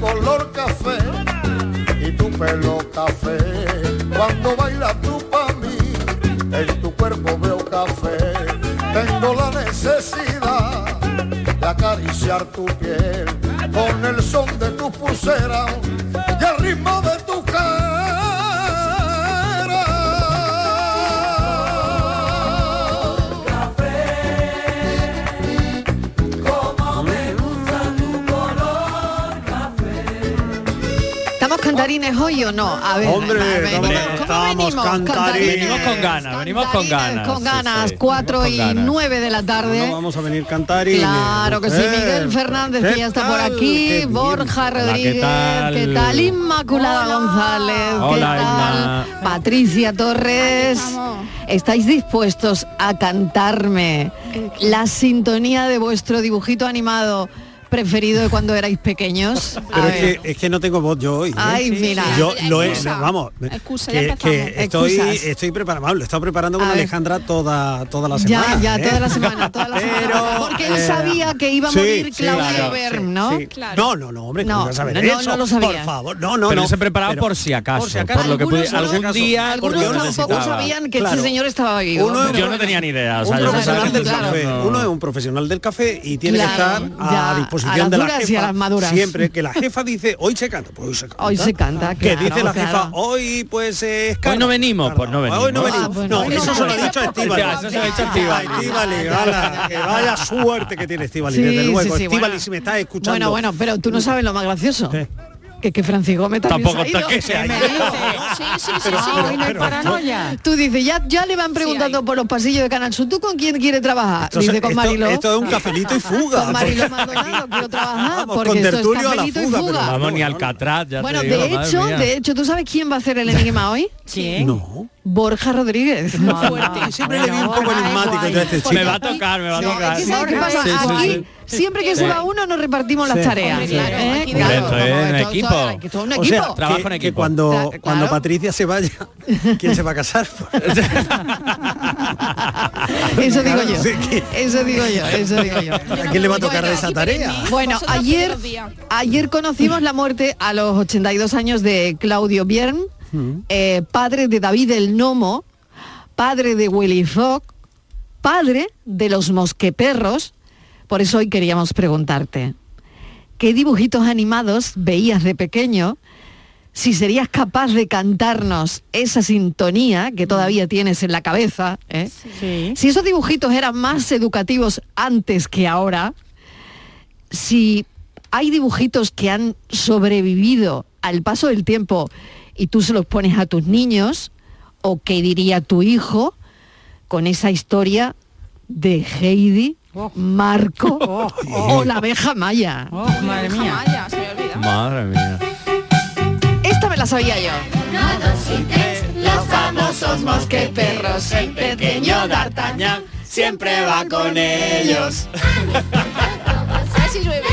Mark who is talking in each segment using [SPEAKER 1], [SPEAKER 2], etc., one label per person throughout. [SPEAKER 1] color café y tu pelo café. Cuando bailas tú para mí, en tu cuerpo veo café. Tengo la necesidad de acariciar tu piel con el son de tu pulsera y el ritmo de tu
[SPEAKER 2] Como me gusta tu color café.
[SPEAKER 3] ¿Estamos cantarines hoy o no? A ver,
[SPEAKER 4] Hombre,
[SPEAKER 3] a ver,
[SPEAKER 4] ¿cómo
[SPEAKER 3] venimos-
[SPEAKER 4] no?
[SPEAKER 3] ¿cómo venimos?
[SPEAKER 4] Estamos cantarines.
[SPEAKER 3] Venimos con ganas, venimos con ganas.
[SPEAKER 4] Ah,
[SPEAKER 3] Con ganas, 4 y 9 de la tarde.
[SPEAKER 4] No vamos a venir cantarines.
[SPEAKER 3] Claro que sí,
[SPEAKER 4] Eh,
[SPEAKER 3] Miguel Fernández que ya está por
[SPEAKER 4] tal?
[SPEAKER 3] aquí, Borja
[SPEAKER 4] ¿qué
[SPEAKER 3] Rodríguez, ¿qué tal?
[SPEAKER 4] tal?
[SPEAKER 3] Inmaculada González,
[SPEAKER 5] Hola,
[SPEAKER 3] ¿qué tal? Patricia Torres. ¿Estáis dispuestos a cantarme la sintonía de vuestro dibujito animado preferido de cuando erais pequeños? A
[SPEAKER 4] Pero es
[SPEAKER 3] ver.
[SPEAKER 4] que, es que no tengo voz yo hoy. ¿eh?
[SPEAKER 3] Ay, Sí, sí, mira. sí.
[SPEAKER 4] Yo lo he,
[SPEAKER 3] Excusa.
[SPEAKER 4] vamos,
[SPEAKER 3] Excusa, ya
[SPEAKER 4] que,
[SPEAKER 3] empezamos.
[SPEAKER 4] que estoy,
[SPEAKER 3] Excusas.
[SPEAKER 4] estoy preparado, vamos, lo he estado preparando con
[SPEAKER 3] A ver.
[SPEAKER 4] Alejandra toda, toda la
[SPEAKER 3] Ya,
[SPEAKER 4] semana.
[SPEAKER 3] ya,
[SPEAKER 4] ¿eh?
[SPEAKER 3] toda la semana, toda la semana. Porque él
[SPEAKER 4] eh,
[SPEAKER 3] sabía que iba a
[SPEAKER 4] sí,
[SPEAKER 3] morir
[SPEAKER 4] sí,
[SPEAKER 3] Claudia
[SPEAKER 4] claro,
[SPEAKER 3] Berm,
[SPEAKER 4] sí,
[SPEAKER 3] ¿no?
[SPEAKER 4] sí. No, no, no, hombre,
[SPEAKER 3] No,
[SPEAKER 4] no, saber
[SPEAKER 3] no, no
[SPEAKER 4] eso,
[SPEAKER 3] lo sabía.
[SPEAKER 4] Por favor, no, no,
[SPEAKER 5] Pero
[SPEAKER 4] no.
[SPEAKER 5] se preparaba
[SPEAKER 4] Pero
[SPEAKER 5] por si acaso, por, lo que
[SPEAKER 4] Algunos
[SPEAKER 5] pudiera-
[SPEAKER 4] no,
[SPEAKER 5] algún
[SPEAKER 4] por si
[SPEAKER 5] día
[SPEAKER 4] acaso.
[SPEAKER 5] porque
[SPEAKER 3] Algunos
[SPEAKER 5] uno
[SPEAKER 3] tampoco
[SPEAKER 5] necesitaba.
[SPEAKER 3] sabían que
[SPEAKER 4] Claro.
[SPEAKER 3] este señor estaba vivo.
[SPEAKER 4] Uno es
[SPEAKER 5] yo no tenía ni idea, o sea,
[SPEAKER 4] un
[SPEAKER 5] yo pensaba
[SPEAKER 4] profesional
[SPEAKER 5] que
[SPEAKER 4] del
[SPEAKER 5] tú-
[SPEAKER 4] café.
[SPEAKER 5] no.
[SPEAKER 4] Uno es un profesional del café y tiene
[SPEAKER 3] Claro,
[SPEAKER 4] que estar a
[SPEAKER 3] ya,
[SPEAKER 4] disposición
[SPEAKER 3] a las
[SPEAKER 4] de la
[SPEAKER 3] duras y
[SPEAKER 4] jefa.
[SPEAKER 3] a las maduras.
[SPEAKER 4] Siempre que la jefa dice, hoy se canta, pues hoy se canta.
[SPEAKER 3] Hoy se canta,
[SPEAKER 4] Que
[SPEAKER 3] claro,
[SPEAKER 4] dice la
[SPEAKER 3] claro.
[SPEAKER 4] jefa, hoy pues eh, es
[SPEAKER 5] Hoy no venimos, pues no venimos.
[SPEAKER 4] Hoy no venimos.
[SPEAKER 3] Ah, bueno,
[SPEAKER 4] no,
[SPEAKER 3] hoy no
[SPEAKER 4] eso se lo ha
[SPEAKER 3] venimos.
[SPEAKER 4] dicho a Estíbal.
[SPEAKER 5] Ya, eso se lo ha dicho a Estíbaliz.
[SPEAKER 4] que vaya suerte que tiene Estíbal.
[SPEAKER 3] Sí,
[SPEAKER 4] desde
[SPEAKER 3] sí,
[SPEAKER 4] luego,
[SPEAKER 3] sí,
[SPEAKER 4] Estíbal,
[SPEAKER 3] bueno.
[SPEAKER 4] si me estás escuchando.
[SPEAKER 3] Bueno, bueno, pero tú no sabes lo más gracioso. Que, que Francis Gómez también
[SPEAKER 5] Tampoco
[SPEAKER 3] se ha ido.
[SPEAKER 5] está que se ha
[SPEAKER 3] Me
[SPEAKER 5] ido.
[SPEAKER 3] dice.
[SPEAKER 6] Sí, sí, sí,
[SPEAKER 4] Pero-
[SPEAKER 6] sí,
[SPEAKER 4] pero-
[SPEAKER 6] hoy no hay
[SPEAKER 4] pero-
[SPEAKER 6] paranoia.
[SPEAKER 3] Tú dices, ya, ya le van preguntando por los pasillos de Canal Sur, ¿tú con quién quiere trabajar?
[SPEAKER 4] Esto-
[SPEAKER 3] dice, con
[SPEAKER 4] esto-
[SPEAKER 3] Mariló.
[SPEAKER 4] Esto es un cafelito y fuga.
[SPEAKER 3] Con Mariló Maldonado quiero trabajar,
[SPEAKER 4] Vamos,
[SPEAKER 3] porque
[SPEAKER 4] con
[SPEAKER 3] esto es
[SPEAKER 4] tertulio a la
[SPEAKER 3] cafelito y
[SPEAKER 4] fuga,
[SPEAKER 3] fuga.
[SPEAKER 4] pero
[SPEAKER 5] Vamos, ni
[SPEAKER 4] No, no.
[SPEAKER 5] Alcatraz, ya
[SPEAKER 3] bueno,
[SPEAKER 5] te digo,
[SPEAKER 3] de
[SPEAKER 5] madre
[SPEAKER 3] hecho,
[SPEAKER 5] mía.
[SPEAKER 3] de hecho, ¿tú sabes quién va a hacer el enigma hoy?
[SPEAKER 6] ¿Quién?
[SPEAKER 4] No.
[SPEAKER 3] Borja Rodríguez.
[SPEAKER 6] fuerte.
[SPEAKER 4] Siempre le vi un poco enigmático yo a este chico.
[SPEAKER 5] Me va a tocar, me va a
[SPEAKER 3] No,
[SPEAKER 5] tocar.
[SPEAKER 3] es que ¿sabes qué pasa?
[SPEAKER 5] Sí, sí,
[SPEAKER 3] aquí
[SPEAKER 5] sí.
[SPEAKER 3] siempre que se va uno nos repartimos las tareas.
[SPEAKER 6] Hombre, claro,
[SPEAKER 3] ¿eh?
[SPEAKER 6] aquí
[SPEAKER 3] Claro,
[SPEAKER 5] Esto es
[SPEAKER 3] como
[SPEAKER 5] un
[SPEAKER 3] esto- esto-
[SPEAKER 5] equipo.
[SPEAKER 3] aquí todo un
[SPEAKER 4] O sea,
[SPEAKER 3] equipo.
[SPEAKER 5] Trabajo
[SPEAKER 4] que-
[SPEAKER 5] en
[SPEAKER 4] que
[SPEAKER 5] equipo.
[SPEAKER 4] cuando,
[SPEAKER 3] Cla- claro.
[SPEAKER 4] cuando Patricia se vaya, ¿quién se va a casar?
[SPEAKER 3] Eso digo yo.
[SPEAKER 4] Sí, que-
[SPEAKER 3] Eso digo yo, eso digo yo.
[SPEAKER 4] ¿A quién le va a tocar de esa tarea?
[SPEAKER 3] Bueno,
[SPEAKER 6] Vosotros
[SPEAKER 3] ayer,
[SPEAKER 6] todos los días.
[SPEAKER 3] ayer conocimos la muerte a los 82 años de Claudio Biern, eh, padre de David el Nomo, padre de Willy Fogg, padre de los mosqueperros. Por eso hoy queríamos preguntarte, ¿qué dibujitos animados veías de pequeño? Si serías capaz de cantarnos esa sintonía que todavía tienes en la cabeza, ¿eh? si esos dibujitos eran
[SPEAKER 7] Mm.
[SPEAKER 3] más educativos antes que ahora, si hay dibujitos que han sobrevivido al paso del tiempo y tú se los pones a tus niños, o qué diría tu hijo con esa historia de Heidi,
[SPEAKER 7] Oh.
[SPEAKER 3] Marco o la abeja maya.
[SPEAKER 6] Oh, madre mía. Maya, se me olvida.
[SPEAKER 5] Madre mía.
[SPEAKER 3] Esta me la sabía yo.
[SPEAKER 7] Los famosos mosqueperros, el pequeño D'Artagnan siempre va con ellos.
[SPEAKER 6] A ver si llueve.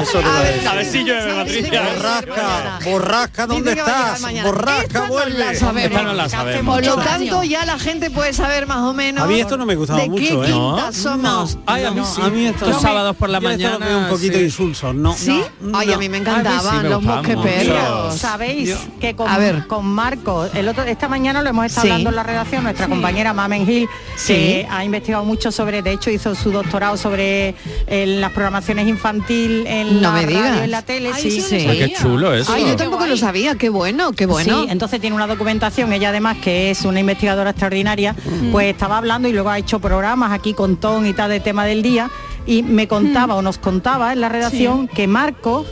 [SPEAKER 4] Eso te
[SPEAKER 3] A
[SPEAKER 4] va a
[SPEAKER 3] ver,
[SPEAKER 4] decir.
[SPEAKER 5] A ver si llueve,
[SPEAKER 3] ¿sabes?
[SPEAKER 5] Patricia.
[SPEAKER 3] Sí,
[SPEAKER 4] Borrasca, borrasca, ¿dónde
[SPEAKER 3] Dice que va a llegar
[SPEAKER 4] estás?
[SPEAKER 3] mañana. Esta
[SPEAKER 4] Borrasca,
[SPEAKER 3] no la
[SPEAKER 4] vuelve.
[SPEAKER 3] sabemos.
[SPEAKER 5] Esta no la sabemos.
[SPEAKER 3] Por lo
[SPEAKER 6] Mucho
[SPEAKER 3] tanto,
[SPEAKER 6] daño.
[SPEAKER 3] ya la gente puede saber más o menos.
[SPEAKER 4] A mí esto no me gustaba
[SPEAKER 3] de
[SPEAKER 4] mucho,
[SPEAKER 3] qué
[SPEAKER 4] ¿eh?
[SPEAKER 3] quinta
[SPEAKER 4] No,
[SPEAKER 3] somos.
[SPEAKER 5] Ay, a mí
[SPEAKER 4] No,
[SPEAKER 5] sí.
[SPEAKER 4] esto-
[SPEAKER 5] Los sábados por la
[SPEAKER 4] yo esto lo
[SPEAKER 5] mañana,
[SPEAKER 4] veo un poquito
[SPEAKER 5] sí.
[SPEAKER 4] insulso, no.
[SPEAKER 3] ¿Sí?
[SPEAKER 4] No,
[SPEAKER 3] Ay, a mí me
[SPEAKER 5] A mí sí
[SPEAKER 3] encantaban
[SPEAKER 5] me
[SPEAKER 3] los
[SPEAKER 5] gustaban
[SPEAKER 3] mosqueperros.
[SPEAKER 5] mucho.
[SPEAKER 8] Sabéis que con,
[SPEAKER 3] A ver.
[SPEAKER 8] con Marco, el otro, esta mañana lo hemos estado
[SPEAKER 3] Sí.
[SPEAKER 8] hablando en la redacción, nuestra compañera Mamen Gil,
[SPEAKER 3] Sí.
[SPEAKER 8] que ha investigado mucho sobre, de hecho hizo su doctorado sobre eh, las programaciones infantil en la
[SPEAKER 3] No me
[SPEAKER 8] radio,
[SPEAKER 3] digas.
[SPEAKER 8] en la tele,
[SPEAKER 6] Ay,
[SPEAKER 8] sí,
[SPEAKER 6] sí,
[SPEAKER 3] sí.
[SPEAKER 5] Ay, qué chulo eso.
[SPEAKER 3] Ay, yo tampoco lo sabía. Qué bueno, qué bueno.
[SPEAKER 8] Sí, entonces tiene una documentación, ella además que es una investigadora extraordinaria,
[SPEAKER 3] Mm.
[SPEAKER 8] pues estaba hablando y luego ha hecho programas aquí con Tom y tal de tema del día y me
[SPEAKER 3] Mm.
[SPEAKER 8] contaba o nos contaba en la redacción que Marco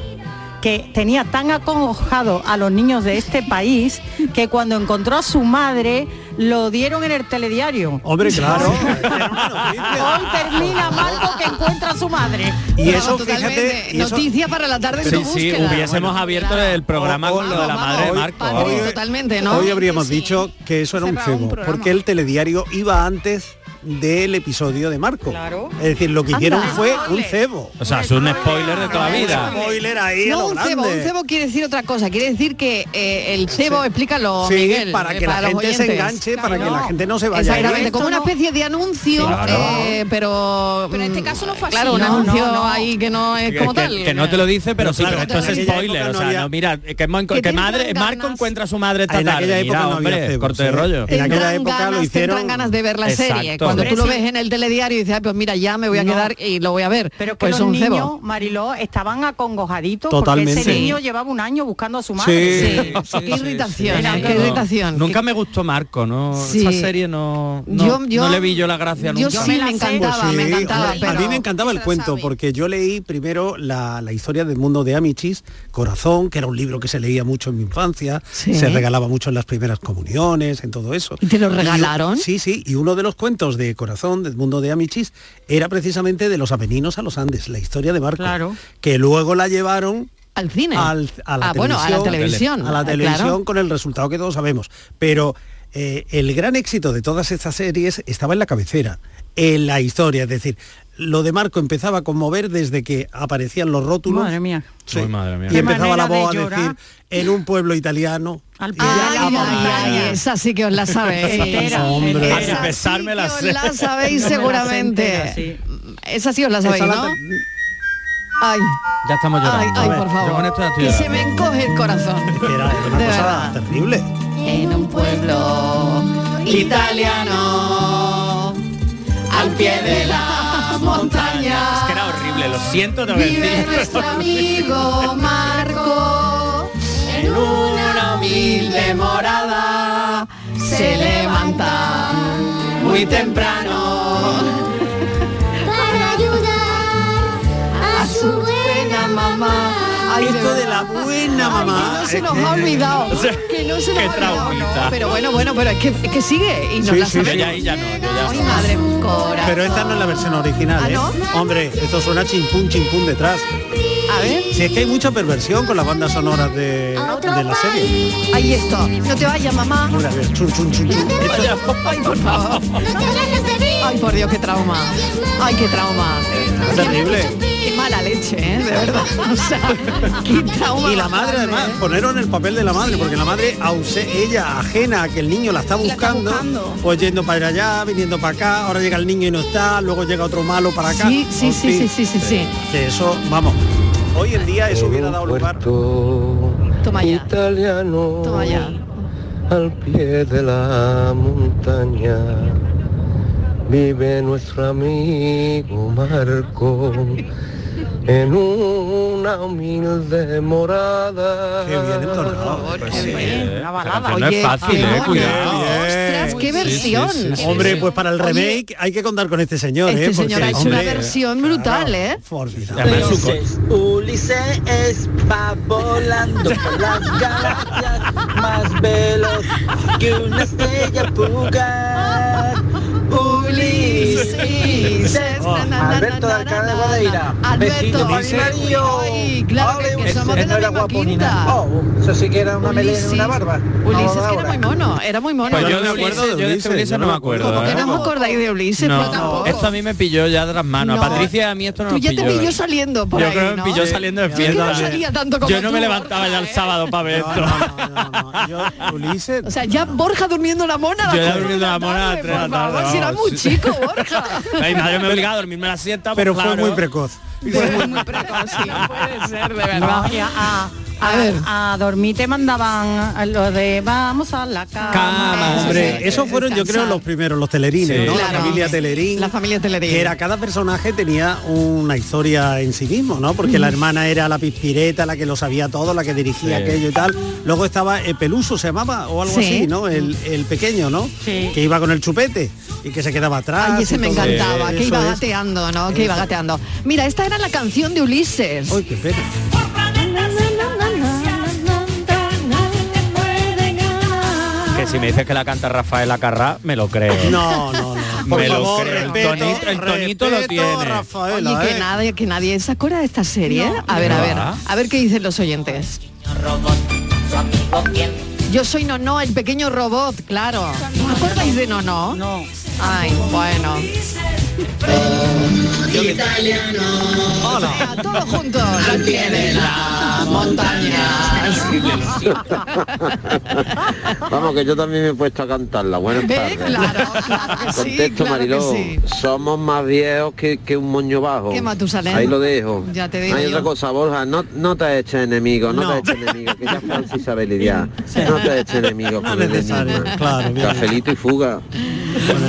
[SPEAKER 8] que tenía tan acongojado a los niños de este país que cuando encontró a su madre lo dieron en el telediario.
[SPEAKER 4] Hombre, claro.
[SPEAKER 8] Hoy termina Marco que encuentra a su madre.
[SPEAKER 4] Y eso,
[SPEAKER 3] Totalmente.
[SPEAKER 4] fíjate, y eso-
[SPEAKER 3] Noticia para la tarde en
[SPEAKER 5] Sí,
[SPEAKER 3] tu
[SPEAKER 5] sí,
[SPEAKER 3] búsqueda.
[SPEAKER 5] hubiésemos
[SPEAKER 3] Bueno,
[SPEAKER 5] abierto
[SPEAKER 3] claro.
[SPEAKER 5] el programa con lo de la
[SPEAKER 3] vamos,
[SPEAKER 5] madre de
[SPEAKER 3] hoy-
[SPEAKER 5] Marco.
[SPEAKER 3] padre, totalmente, ¿no?
[SPEAKER 4] Hoy habríamos
[SPEAKER 6] Sí.
[SPEAKER 4] dicho que eso era un
[SPEAKER 6] Cerraba un
[SPEAKER 4] cebo,
[SPEAKER 6] programa.
[SPEAKER 4] porque el telediario iba antes del episodio de Marco.
[SPEAKER 8] Claro.
[SPEAKER 4] Es decir, lo que
[SPEAKER 3] Anda.
[SPEAKER 4] hicieron fue un cebo.
[SPEAKER 5] O sea, es un spoiler de toda la vida.
[SPEAKER 4] Spoiler ahí a
[SPEAKER 3] No,
[SPEAKER 4] lo
[SPEAKER 3] un cebo, un
[SPEAKER 4] grande.
[SPEAKER 3] cebo quiere decir otra cosa, quiere decir que eh, el cebo, explícalo,
[SPEAKER 4] Sí,
[SPEAKER 3] Miguel,
[SPEAKER 4] para
[SPEAKER 3] eh,
[SPEAKER 4] que la
[SPEAKER 3] los
[SPEAKER 4] gente se
[SPEAKER 3] oyentes.
[SPEAKER 4] enganche, para que la gente no se vaya.
[SPEAKER 3] Exactamente,
[SPEAKER 4] Esto
[SPEAKER 3] como una
[SPEAKER 8] no-
[SPEAKER 3] especie de anuncio,
[SPEAKER 5] Claro.
[SPEAKER 3] eh, pero...
[SPEAKER 6] Pero en este
[SPEAKER 3] mm,
[SPEAKER 6] caso no fue así.
[SPEAKER 3] Claro, un
[SPEAKER 8] No,
[SPEAKER 3] anuncio
[SPEAKER 8] no, no.
[SPEAKER 3] ahí que no es como
[SPEAKER 5] que,
[SPEAKER 3] tal.
[SPEAKER 5] que no te lo dice, pero,
[SPEAKER 4] Pero
[SPEAKER 5] sí,
[SPEAKER 4] claro,
[SPEAKER 5] pero esto
[SPEAKER 4] en
[SPEAKER 5] es
[SPEAKER 4] aquella
[SPEAKER 5] spoiler.
[SPEAKER 4] época
[SPEAKER 5] O
[SPEAKER 4] no
[SPEAKER 5] sea,
[SPEAKER 4] había-
[SPEAKER 5] no, mira, que, man- que
[SPEAKER 3] tendrán
[SPEAKER 5] madre,
[SPEAKER 3] ganas.
[SPEAKER 5] Marco encuentra a su madre esta
[SPEAKER 4] En
[SPEAKER 5] tarde.
[SPEAKER 4] aquella época
[SPEAKER 5] Mira,
[SPEAKER 4] no había
[SPEAKER 5] hombre,
[SPEAKER 4] cebo,
[SPEAKER 5] corte de
[SPEAKER 4] sí.
[SPEAKER 5] rollo.
[SPEAKER 4] En aquella
[SPEAKER 3] Tendrán
[SPEAKER 4] época lo
[SPEAKER 3] ganas,
[SPEAKER 4] hicieron-
[SPEAKER 3] tendrán ganas de ver la serie.
[SPEAKER 5] Exacto.
[SPEAKER 3] Cuando tú
[SPEAKER 8] Hombre,
[SPEAKER 3] lo
[SPEAKER 8] sí.
[SPEAKER 3] ves en el telediario y dices, "Ah, pues mira, ya me voy a
[SPEAKER 8] No.
[SPEAKER 3] quedar y lo voy a ver.
[SPEAKER 8] Pero que
[SPEAKER 3] pues
[SPEAKER 8] los
[SPEAKER 3] un
[SPEAKER 8] niños,
[SPEAKER 3] cebo.
[SPEAKER 8] Mariló, estaban acongojaditos
[SPEAKER 4] Totalmente.
[SPEAKER 8] porque
[SPEAKER 4] Sí.
[SPEAKER 8] ese niño llevaba un año buscando a su
[SPEAKER 4] Sí.
[SPEAKER 8] madre.
[SPEAKER 3] Sí,
[SPEAKER 5] sí,
[SPEAKER 3] qué irritación,
[SPEAKER 8] sí,
[SPEAKER 3] eh,
[SPEAKER 8] sí.
[SPEAKER 3] qué
[SPEAKER 8] No,
[SPEAKER 3] irritación.
[SPEAKER 5] Nunca me gustó Marco, ¿no?
[SPEAKER 3] Sí.
[SPEAKER 5] Esa serie no, no,
[SPEAKER 3] Yo- yo-
[SPEAKER 5] no le vi yo la gracia
[SPEAKER 3] Yo
[SPEAKER 5] nunca.
[SPEAKER 3] sí me encantaba,
[SPEAKER 4] Pues sí,
[SPEAKER 3] me encantaba.
[SPEAKER 4] hombre,
[SPEAKER 3] Pero
[SPEAKER 4] a mí me encantaba el
[SPEAKER 6] Esa la
[SPEAKER 4] cuento
[SPEAKER 6] sabe.
[SPEAKER 4] porque yo leí primero la, la historia del mundo de Amichis, Corazón, que era un libro que se leía mucho en mi infancia,
[SPEAKER 3] Sí.
[SPEAKER 4] se regalaba mucho en las primeras comuniones, en todo eso.
[SPEAKER 3] ¿Y te lo
[SPEAKER 4] u-
[SPEAKER 3] regalaron?
[SPEAKER 4] sí, sí, y uno de los cuentos de Corazón, del mundo de Amichis, era precisamente de los Apeninos a los Andes, la historia de Marco,
[SPEAKER 8] Claro.
[SPEAKER 4] que luego la llevaron
[SPEAKER 3] Al cine.
[SPEAKER 4] al- a la
[SPEAKER 3] ah, bueno, a la televisión.
[SPEAKER 4] a la
[SPEAKER 3] ah, claro.
[SPEAKER 4] televisión con el resultado que todos sabemos. Pero eh, el gran éxito de todas estas series estaba en la cabecera, en la historia. Es decir, lo de Marco empezaba a conmover desde que aparecían los rótulos.
[SPEAKER 8] Madre mía.
[SPEAKER 4] Sí.
[SPEAKER 5] Uy, madre mía.
[SPEAKER 4] Y
[SPEAKER 5] Qué
[SPEAKER 4] empezaba la
[SPEAKER 8] manera
[SPEAKER 4] voz
[SPEAKER 8] de
[SPEAKER 4] a decir,
[SPEAKER 8] llorar.
[SPEAKER 4] en un pueblo italiano.
[SPEAKER 8] Al
[SPEAKER 4] y
[SPEAKER 8] palo.
[SPEAKER 4] ya la
[SPEAKER 3] Ay, ay,
[SPEAKER 4] montaña.
[SPEAKER 3] ay, esa sí que os la sabéis.
[SPEAKER 8] Entera,
[SPEAKER 4] Hombre.
[SPEAKER 3] Esa
[SPEAKER 8] entera.
[SPEAKER 3] sí
[SPEAKER 5] Para empezarme
[SPEAKER 3] que
[SPEAKER 5] la
[SPEAKER 3] os
[SPEAKER 5] sé.
[SPEAKER 3] la sabéis
[SPEAKER 8] Yo me la sé
[SPEAKER 3] seguramente.
[SPEAKER 8] entera, sí.
[SPEAKER 3] Esa sí os la sabéis,
[SPEAKER 4] Esa la
[SPEAKER 3] ¿no?
[SPEAKER 4] te-
[SPEAKER 3] Ay,
[SPEAKER 5] Ya estamos
[SPEAKER 3] ay,
[SPEAKER 5] llorando.
[SPEAKER 3] ay,
[SPEAKER 5] A ver,
[SPEAKER 3] por
[SPEAKER 5] yo con
[SPEAKER 3] favor.
[SPEAKER 5] esto ya estoy
[SPEAKER 3] Que se
[SPEAKER 5] llorando.
[SPEAKER 3] me encoge el corazón.
[SPEAKER 4] Era, era una
[SPEAKER 3] De
[SPEAKER 4] cosa
[SPEAKER 3] verdad.
[SPEAKER 4] terrible.
[SPEAKER 3] En un pueblo italiano, al pie de las montañas.
[SPEAKER 5] Es que era horrible, lo siento, tengo que
[SPEAKER 3] Vive
[SPEAKER 5] decir.
[SPEAKER 3] nuestro amigo Marco en una humilde morada. Se levanta muy temprano
[SPEAKER 7] Para ayudar a su buena mamá.
[SPEAKER 3] Ay,
[SPEAKER 4] Esto de la
[SPEAKER 3] verdad.
[SPEAKER 4] buena
[SPEAKER 3] Ay, que
[SPEAKER 4] mamá.
[SPEAKER 3] no se
[SPEAKER 4] es
[SPEAKER 3] nos
[SPEAKER 4] que-
[SPEAKER 3] ha olvidado.
[SPEAKER 5] O sea,
[SPEAKER 3] que no se nos
[SPEAKER 5] qué
[SPEAKER 3] ha olvidado.
[SPEAKER 5] traumita.
[SPEAKER 3] no. Pero bueno, bueno, pero es que, es que sigue y nos
[SPEAKER 4] Sí,
[SPEAKER 3] la
[SPEAKER 4] sí,
[SPEAKER 5] Yo
[SPEAKER 3] sabemos.
[SPEAKER 5] ya, ahí ya no, yo ya-
[SPEAKER 3] Ay, madre, corazón.
[SPEAKER 4] Pero esta no es la versión original,
[SPEAKER 3] ¿Ah,
[SPEAKER 4] ¿eh?
[SPEAKER 3] no?
[SPEAKER 4] Hombre, esto suena chimpún, chimpún detrás.
[SPEAKER 3] A ver,
[SPEAKER 4] Si es que hay mucha perversión con las bandas sonoras de, de la serie.
[SPEAKER 3] ahí esto. No te vayas, mamá.
[SPEAKER 4] Mira, mira, chun, chun, chun, chun. Esto-
[SPEAKER 3] Ay, por favor.
[SPEAKER 7] No te alejes de mí.
[SPEAKER 3] Ay, por Dios, qué trauma. Ay, qué trauma.
[SPEAKER 4] es terrible.
[SPEAKER 3] Qué mala leche, ¿eh? De verdad. O sea, qué trauma.
[SPEAKER 4] Y la madre
[SPEAKER 3] grande,
[SPEAKER 4] además,
[SPEAKER 3] ¿eh?
[SPEAKER 4] poneron el papel de la madre, porque la madre, ause- ella ajena a que el niño la está buscando,
[SPEAKER 6] buscando.
[SPEAKER 4] pues yendo para allá, viniendo para acá, ahora llega el niño y no está, luego llega otro malo para acá.
[SPEAKER 3] Sí, sí,
[SPEAKER 4] En
[SPEAKER 3] sí,
[SPEAKER 4] fin,
[SPEAKER 3] sí, sí, sí, sí.
[SPEAKER 4] Que eso, vamos, hoy en día eso hubiera dado lugar.
[SPEAKER 3] Toma ya.
[SPEAKER 9] italiano
[SPEAKER 3] Toma ya.
[SPEAKER 9] al pie de la montaña vive nuestro amigo Marco en una humilde morada.
[SPEAKER 4] Qué bien entonado. Pues sí.
[SPEAKER 5] Eh,
[SPEAKER 8] Una
[SPEAKER 5] esta
[SPEAKER 8] balada.
[SPEAKER 5] canción no es fácil,
[SPEAKER 3] qué
[SPEAKER 5] eh,
[SPEAKER 3] bueno.
[SPEAKER 5] cuidado.
[SPEAKER 3] Ostras, qué versión.
[SPEAKER 5] sí, sí.
[SPEAKER 4] Hombre, pues para el
[SPEAKER 3] Oye,
[SPEAKER 4] remake hay que contar con este señor,
[SPEAKER 3] este
[SPEAKER 4] ¿eh? Porque,
[SPEAKER 3] señor ha hecho
[SPEAKER 4] hombre,
[SPEAKER 3] una versión brutal, ¿eh?
[SPEAKER 4] formidable.
[SPEAKER 5] Además, su co-
[SPEAKER 9] Ulises va volando por las galaxias más veloz que una estrella fugaz.
[SPEAKER 3] Ulises, na, na, na,
[SPEAKER 9] Alberto
[SPEAKER 3] na,
[SPEAKER 9] de
[SPEAKER 3] na,
[SPEAKER 9] Alcalá de
[SPEAKER 3] na,
[SPEAKER 9] Guadaira.
[SPEAKER 3] na. Alberto,
[SPEAKER 9] Vecino de
[SPEAKER 3] Ulises.
[SPEAKER 9] Mario.
[SPEAKER 3] Ay, claro que,
[SPEAKER 9] Ole,
[SPEAKER 3] que somos de
[SPEAKER 9] Ulises,
[SPEAKER 3] la
[SPEAKER 9] no era
[SPEAKER 3] misma
[SPEAKER 9] guapo ni
[SPEAKER 3] quinta.
[SPEAKER 9] nada. Oh, eso sí que era una melena y
[SPEAKER 3] Ulises,
[SPEAKER 9] una barba. No,
[SPEAKER 3] Ulises, que era
[SPEAKER 9] ahora.
[SPEAKER 3] muy mono, era muy mono.
[SPEAKER 5] Pues yo
[SPEAKER 4] no me
[SPEAKER 5] de
[SPEAKER 4] acuerdo de
[SPEAKER 5] Ulises, yo de este
[SPEAKER 4] Ulises,
[SPEAKER 5] Ulises
[SPEAKER 4] yo no
[SPEAKER 5] no
[SPEAKER 4] me
[SPEAKER 5] me
[SPEAKER 4] acuerdo,
[SPEAKER 5] acuerdo.
[SPEAKER 3] Como que
[SPEAKER 5] ¿eh?
[SPEAKER 3] no os acordáis de Ulises,
[SPEAKER 5] No,
[SPEAKER 3] por favor.
[SPEAKER 5] esto a mí me pilló ya de las manos.
[SPEAKER 3] No.
[SPEAKER 5] A Patricia y a mí esto no
[SPEAKER 3] Tú
[SPEAKER 5] nos
[SPEAKER 3] ya te
[SPEAKER 5] pilló. ¿eh?
[SPEAKER 3] pilló saliendo por
[SPEAKER 5] Yo
[SPEAKER 3] ahí,
[SPEAKER 5] creo que
[SPEAKER 3] ¿no?
[SPEAKER 5] me pilló saliendo de
[SPEAKER 3] Yo es que no
[SPEAKER 5] fiesta.
[SPEAKER 3] salía tanto como
[SPEAKER 5] Yo no
[SPEAKER 3] tú,
[SPEAKER 5] me levantaba
[SPEAKER 3] Borja,
[SPEAKER 5] ya el
[SPEAKER 3] ¿eh?
[SPEAKER 5] sábado para ver
[SPEAKER 4] No,
[SPEAKER 5] esto.
[SPEAKER 4] no, no, no, no. Yo, Ulises,
[SPEAKER 3] O sea, ya Borja durmiendo la mona. a las
[SPEAKER 5] Yo ya
[SPEAKER 3] cuatro
[SPEAKER 5] durmiendo
[SPEAKER 3] de
[SPEAKER 5] la mona a
[SPEAKER 3] tarde,
[SPEAKER 5] las tres de la
[SPEAKER 3] por favor,
[SPEAKER 5] tarde,
[SPEAKER 3] si era
[SPEAKER 5] vamos.
[SPEAKER 3] muy chico, Borja.
[SPEAKER 5] Ay, madre, me obligaba a dormirme a la siesta.
[SPEAKER 4] pero
[SPEAKER 5] pues,
[SPEAKER 4] fue
[SPEAKER 5] claro.
[SPEAKER 4] muy precoz.
[SPEAKER 3] Fue muy precoz, sí, puede ser, de verdad.
[SPEAKER 8] No, y a, a-
[SPEAKER 3] A
[SPEAKER 8] a-
[SPEAKER 3] ver.
[SPEAKER 8] a dormir te mandaban a lo de vamos a la cama.
[SPEAKER 5] Cama,
[SPEAKER 8] Eso
[SPEAKER 4] Hombre,
[SPEAKER 8] sí.
[SPEAKER 4] esos fueron yo creo
[SPEAKER 3] descansar.
[SPEAKER 4] los primeros, los telerines,
[SPEAKER 5] Sí.
[SPEAKER 4] ¿no?
[SPEAKER 3] Claro.
[SPEAKER 4] La familia Telerín.
[SPEAKER 3] La familia Telerín.
[SPEAKER 4] Que era cada personaje tenía una historia en sí mismo, ¿no? Porque la hermana era la pispireta, la que lo sabía todo, la que dirigía
[SPEAKER 5] Sí.
[SPEAKER 4] aquello y tal. Luego estaba eh, Peluso, se llamaba, o algo
[SPEAKER 3] Sí.
[SPEAKER 4] así, ¿no? El, el pequeño, ¿no?
[SPEAKER 8] Sí.
[SPEAKER 4] Que iba con el chupete y que se quedaba atrás.
[SPEAKER 3] Ay,
[SPEAKER 4] y
[SPEAKER 3] ese me
[SPEAKER 4] todo
[SPEAKER 3] encantaba, que
[SPEAKER 4] eso
[SPEAKER 3] iba
[SPEAKER 4] es.
[SPEAKER 3] gateando, ¿no? Que iba
[SPEAKER 4] Eso.
[SPEAKER 3] gateando. Mira, esta era la canción de Ulises.
[SPEAKER 4] Ay, qué pena.
[SPEAKER 5] Que si me dices que la canta Rafael Acarrá, me lo creo.
[SPEAKER 4] No, no, no.
[SPEAKER 5] Me
[SPEAKER 4] Por
[SPEAKER 5] lo
[SPEAKER 4] favor,
[SPEAKER 5] creo.
[SPEAKER 4] respeto,
[SPEAKER 5] el tonito, el tonito lo
[SPEAKER 4] respeto,
[SPEAKER 5] tiene.
[SPEAKER 4] Rafaela,
[SPEAKER 3] Oye, que
[SPEAKER 4] eh.
[SPEAKER 3] nadie, que nadie se acuerda de esta serie.
[SPEAKER 4] No.
[SPEAKER 3] a ver, a ver,
[SPEAKER 4] Ah.
[SPEAKER 3] a ver qué dicen los oyentes. Yo soy Nono, el pequeño robot, claro. ¿No acordáis de Nono? No. Ay, bueno.
[SPEAKER 2] Italiano.
[SPEAKER 3] Hola. Todos juntos. Al pie de la montaña.
[SPEAKER 10] Vamos, que yo también me he puesto a cantarla. Buenas
[SPEAKER 3] Ve,
[SPEAKER 10] tardes.
[SPEAKER 3] claro, claro que sí,
[SPEAKER 10] Contexto,
[SPEAKER 3] claro que
[SPEAKER 10] Mariló.
[SPEAKER 3] sí.
[SPEAKER 10] Somos más viejos que, que un moño bajo.
[SPEAKER 3] Que Matusalén.
[SPEAKER 10] Ahí lo dejo.
[SPEAKER 3] Ya te digo
[SPEAKER 10] Hay
[SPEAKER 3] yo.
[SPEAKER 10] otra cosa, Borja. No, no te eches enemigo, no, te eches enemigo, que ya Francis sabe lidiar. No te eches enemigo con el enigma. Cafelito y fuga.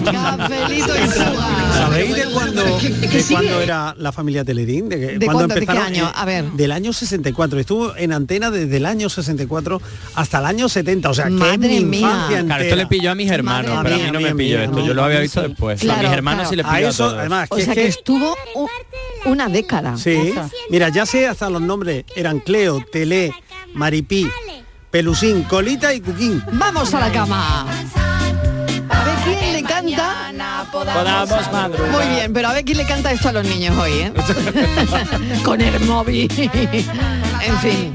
[SPEAKER 3] Cafelito y fuga.
[SPEAKER 4] ¿Sabéis de cuándo,
[SPEAKER 3] Es que
[SPEAKER 4] de
[SPEAKER 3] sigue.
[SPEAKER 4] cuándo era la familia Teledín? ¿De,
[SPEAKER 3] ¿De
[SPEAKER 4] cuándo
[SPEAKER 3] cuándo? ¿De qué
[SPEAKER 4] empezaron?
[SPEAKER 3] año?
[SPEAKER 4] Eh,
[SPEAKER 3] A ver.
[SPEAKER 4] Del año 64. Estuvo en antena desde el año 64 hasta el año 70. O sea, que es
[SPEAKER 5] Madre
[SPEAKER 4] mi
[SPEAKER 5] mía.
[SPEAKER 4] infancia
[SPEAKER 5] Claro, esto
[SPEAKER 4] entera.
[SPEAKER 5] le pilló a mis hermanos, Madre pero a mí mía. no me pilló esto. Yo lo había visto después. A mis hermanos sí le pilló a
[SPEAKER 4] eso,
[SPEAKER 5] todos.
[SPEAKER 4] además,
[SPEAKER 3] O
[SPEAKER 4] que
[SPEAKER 3] sea
[SPEAKER 4] es
[SPEAKER 3] que
[SPEAKER 4] que-
[SPEAKER 3] estuvo u- una década.
[SPEAKER 4] Sí, mira, ya sé hasta los nombres. Eran Cleo, Tele, Maripí, Pelusín, Colita y Cuquín.
[SPEAKER 3] Vamos a la cama. A ver quién le canta.
[SPEAKER 5] Podamos madrugar.
[SPEAKER 3] Muy bien, pero a ver quién le canta esto a los niños hoy, ¿eh? Con el móvil. en fin.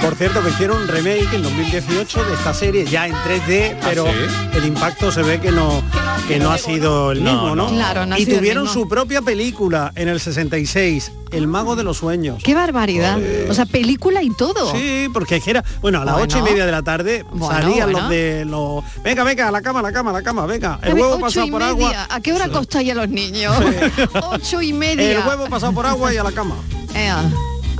[SPEAKER 4] Por cierto, que hicieron un remake en 2018 de esta serie, ya en
[SPEAKER 3] ¿Ah,
[SPEAKER 4] 3D, pero el impacto se ve que no, que no ha sido el
[SPEAKER 5] No,
[SPEAKER 4] mismo, ¿no?
[SPEAKER 5] no. Claro, no ha
[SPEAKER 4] y
[SPEAKER 5] sido el
[SPEAKER 4] tuvieron
[SPEAKER 5] mismo.
[SPEAKER 4] su propia película en el 66, El Mago de los Sueños.
[SPEAKER 3] Qué barbaridad. O sea, película y todo.
[SPEAKER 4] Sí, porque es que era, bueno, a las
[SPEAKER 3] Bueno.
[SPEAKER 4] ocho y media de la tarde
[SPEAKER 3] Bueno,
[SPEAKER 4] salían
[SPEAKER 3] bueno.
[SPEAKER 4] los de los, venga, venga, a la cama, a la cama, a la cama, venga, el
[SPEAKER 3] A ver,
[SPEAKER 4] huevo
[SPEAKER 3] ocho
[SPEAKER 4] pasado
[SPEAKER 3] y
[SPEAKER 4] por
[SPEAKER 3] media.
[SPEAKER 4] agua,
[SPEAKER 3] ¿A qué hora acostáis a los niños? Ocho y media.
[SPEAKER 4] el huevo pasado por agua y a la cama.
[SPEAKER 3] Ea.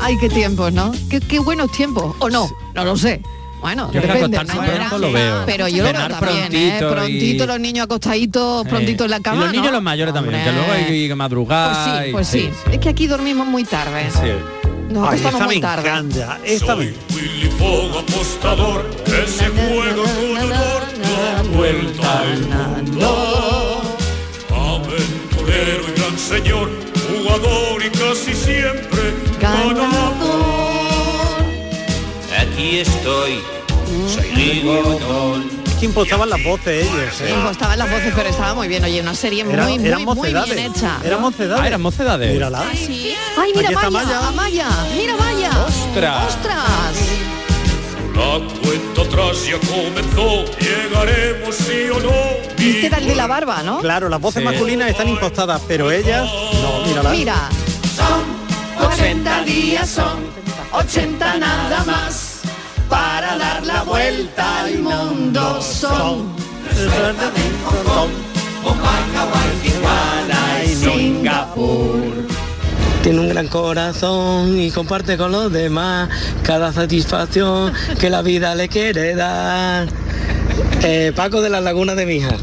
[SPEAKER 3] Ay, qué tiempos, ¿no? Qué, qué buenos tiempos. ¿O no? No lo sé. Bueno,
[SPEAKER 5] Yo creo que
[SPEAKER 3] depende.
[SPEAKER 5] acostarnos pronto lo veo.
[SPEAKER 3] Pero yo lo veo
[SPEAKER 5] Cenar
[SPEAKER 3] también, ¿eh?
[SPEAKER 5] prontito y-
[SPEAKER 3] Prontito los niños acostaditos, eh, prontito en la
[SPEAKER 5] Y
[SPEAKER 3] cama,
[SPEAKER 5] los niños
[SPEAKER 3] ¿no?
[SPEAKER 5] los mayores también, que luego hay que madrugar. y-
[SPEAKER 3] Pues sí, es que aquí dormimos muy tarde.
[SPEAKER 5] sí.
[SPEAKER 3] Nos
[SPEAKER 5] Ay,
[SPEAKER 3] acostamos
[SPEAKER 5] esta
[SPEAKER 3] muy
[SPEAKER 5] me
[SPEAKER 3] tarde.
[SPEAKER 4] encanta, esta me-
[SPEAKER 11] Willy Fogg apostador, ese juego jugador da vuelta al mundo. Aventurero y gran señor, jugador y casi siempre ganador.
[SPEAKER 12] Aquí estoy, soy Rigodón.
[SPEAKER 4] Mm. Es que impostaban las voces ellos, ¿eh?
[SPEAKER 3] Me gustaban pues las voces, pero estaba muy bien. Oye, una serie
[SPEAKER 4] Era-
[SPEAKER 3] muy, muy,
[SPEAKER 4] eran
[SPEAKER 3] muy bien
[SPEAKER 4] mocedades,
[SPEAKER 3] hecha.
[SPEAKER 4] eran mocedades.
[SPEAKER 5] Ah, eran mocedades.
[SPEAKER 4] Mírala.
[SPEAKER 3] Ay, mira,
[SPEAKER 4] Aquí
[SPEAKER 3] Maya,
[SPEAKER 4] está Maya.
[SPEAKER 3] Amaya, mira, Maya.
[SPEAKER 5] Ostras.
[SPEAKER 3] Ostras.
[SPEAKER 11] La cuenta atrás ya comenzó, llegaremos sí o no.
[SPEAKER 3] Este era el de la barba, ¿no?
[SPEAKER 4] Claro, las voces
[SPEAKER 3] Sí.
[SPEAKER 4] masculinas están impostadas, pero ellas, no, Oh, mírala.
[SPEAKER 3] Mira,
[SPEAKER 2] Son 80 días, son 80 nada más. Para dar la vuelta al mundo son. Despiértate en Hong Kong, Bombay, Hawái, Tijuana y Singapur.
[SPEAKER 13] Tiene un gran corazón y comparte con los demás cada satisfacción que la vida le quiere dar. Eh, Paco de la Laguna de Mija.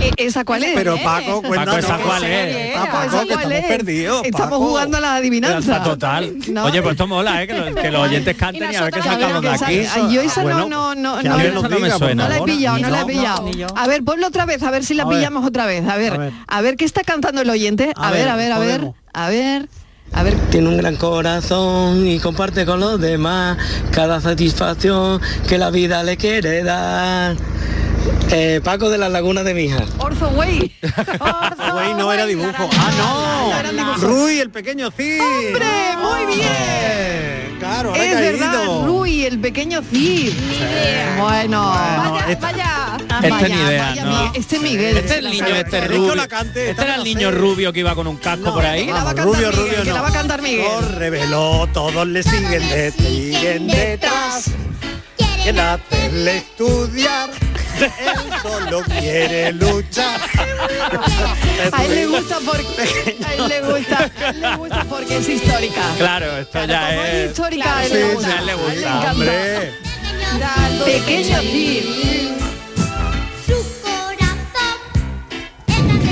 [SPEAKER 3] ¿e- ¿esa cuál es?
[SPEAKER 13] Pero, Paco,
[SPEAKER 3] ¿Esa
[SPEAKER 13] cuéntanos.
[SPEAKER 3] cuál
[SPEAKER 13] ¿Esa cuál es?
[SPEAKER 3] Esa
[SPEAKER 13] Paco,
[SPEAKER 3] cuál
[SPEAKER 13] que estamos
[SPEAKER 3] es.
[SPEAKER 13] perdidos,
[SPEAKER 3] Estamos
[SPEAKER 13] Paco.
[SPEAKER 3] jugando a la adivinanza.
[SPEAKER 5] Está total.
[SPEAKER 3] ¿No?
[SPEAKER 5] Oye, pues esto mola, ¿eh? que, lo- que los oyentes canten y a ver qué sacamos de aquí.
[SPEAKER 3] Ay, yo esa no, no, no,
[SPEAKER 5] que
[SPEAKER 3] no,
[SPEAKER 5] alguien
[SPEAKER 3] no,
[SPEAKER 5] nos diga,
[SPEAKER 3] no
[SPEAKER 5] por
[SPEAKER 3] la he
[SPEAKER 5] favor.
[SPEAKER 3] pillado,
[SPEAKER 5] Ni
[SPEAKER 3] no la he
[SPEAKER 5] yo,
[SPEAKER 3] pillado.
[SPEAKER 5] ni yo.
[SPEAKER 3] A ver, ponlo otra vez, a ver si la
[SPEAKER 5] A ver.
[SPEAKER 3] pillamos otra vez. A ver, a ver, qué está cantando el oyente. A,
[SPEAKER 13] A
[SPEAKER 3] ver,
[SPEAKER 13] ver,
[SPEAKER 3] a ver, a ver,
[SPEAKER 13] podemos.
[SPEAKER 3] a ver. A ver.
[SPEAKER 13] Tiene un gran corazón y comparte con los demás cada satisfacción que la vida le quiere dar. Eh, Paco de la Laguna de Mija.
[SPEAKER 3] Orzo Way.
[SPEAKER 4] Güey, no era dibujo. Ah, no. Rui, el pequeño Cid.
[SPEAKER 3] ¡Hombre, muy
[SPEAKER 4] bien! Claro, ahora he
[SPEAKER 3] Es verdad,
[SPEAKER 4] caído.
[SPEAKER 3] Rui, el pequeño Cid. Bueno, vaya, vaya,
[SPEAKER 5] Este
[SPEAKER 3] vaya,
[SPEAKER 5] ni idea,
[SPEAKER 3] vaya,
[SPEAKER 5] ¿no?
[SPEAKER 3] Miguel, este Miguel.
[SPEAKER 5] Este es el niño, este
[SPEAKER 3] Pero
[SPEAKER 5] rubio.
[SPEAKER 3] que la
[SPEAKER 5] Este era el niño rubio que iba con un casco por ahí.
[SPEAKER 3] la va a cantar
[SPEAKER 4] Rubio,
[SPEAKER 3] Miguel,
[SPEAKER 4] rubio,
[SPEAKER 3] que
[SPEAKER 4] no.
[SPEAKER 3] la va a cantar Miguel.
[SPEAKER 4] Corre, veló, todos le siguen, le siguen detrás. Quieren hacerle estudiar, él solo quiere luchar.
[SPEAKER 3] A él le gusta porque a él le gusta, a él le gusta porque es histórica.
[SPEAKER 5] Claro, esto ya
[SPEAKER 3] como es
[SPEAKER 5] es.
[SPEAKER 3] histórica,
[SPEAKER 5] Claro,
[SPEAKER 3] a él
[SPEAKER 5] sí,
[SPEAKER 3] le
[SPEAKER 5] sí,
[SPEAKER 3] gusta.
[SPEAKER 5] a él
[SPEAKER 3] A
[SPEAKER 5] le
[SPEAKER 3] él le
[SPEAKER 5] gusta,
[SPEAKER 3] encanta.
[SPEAKER 5] hombre.
[SPEAKER 3] Pequeño Cid.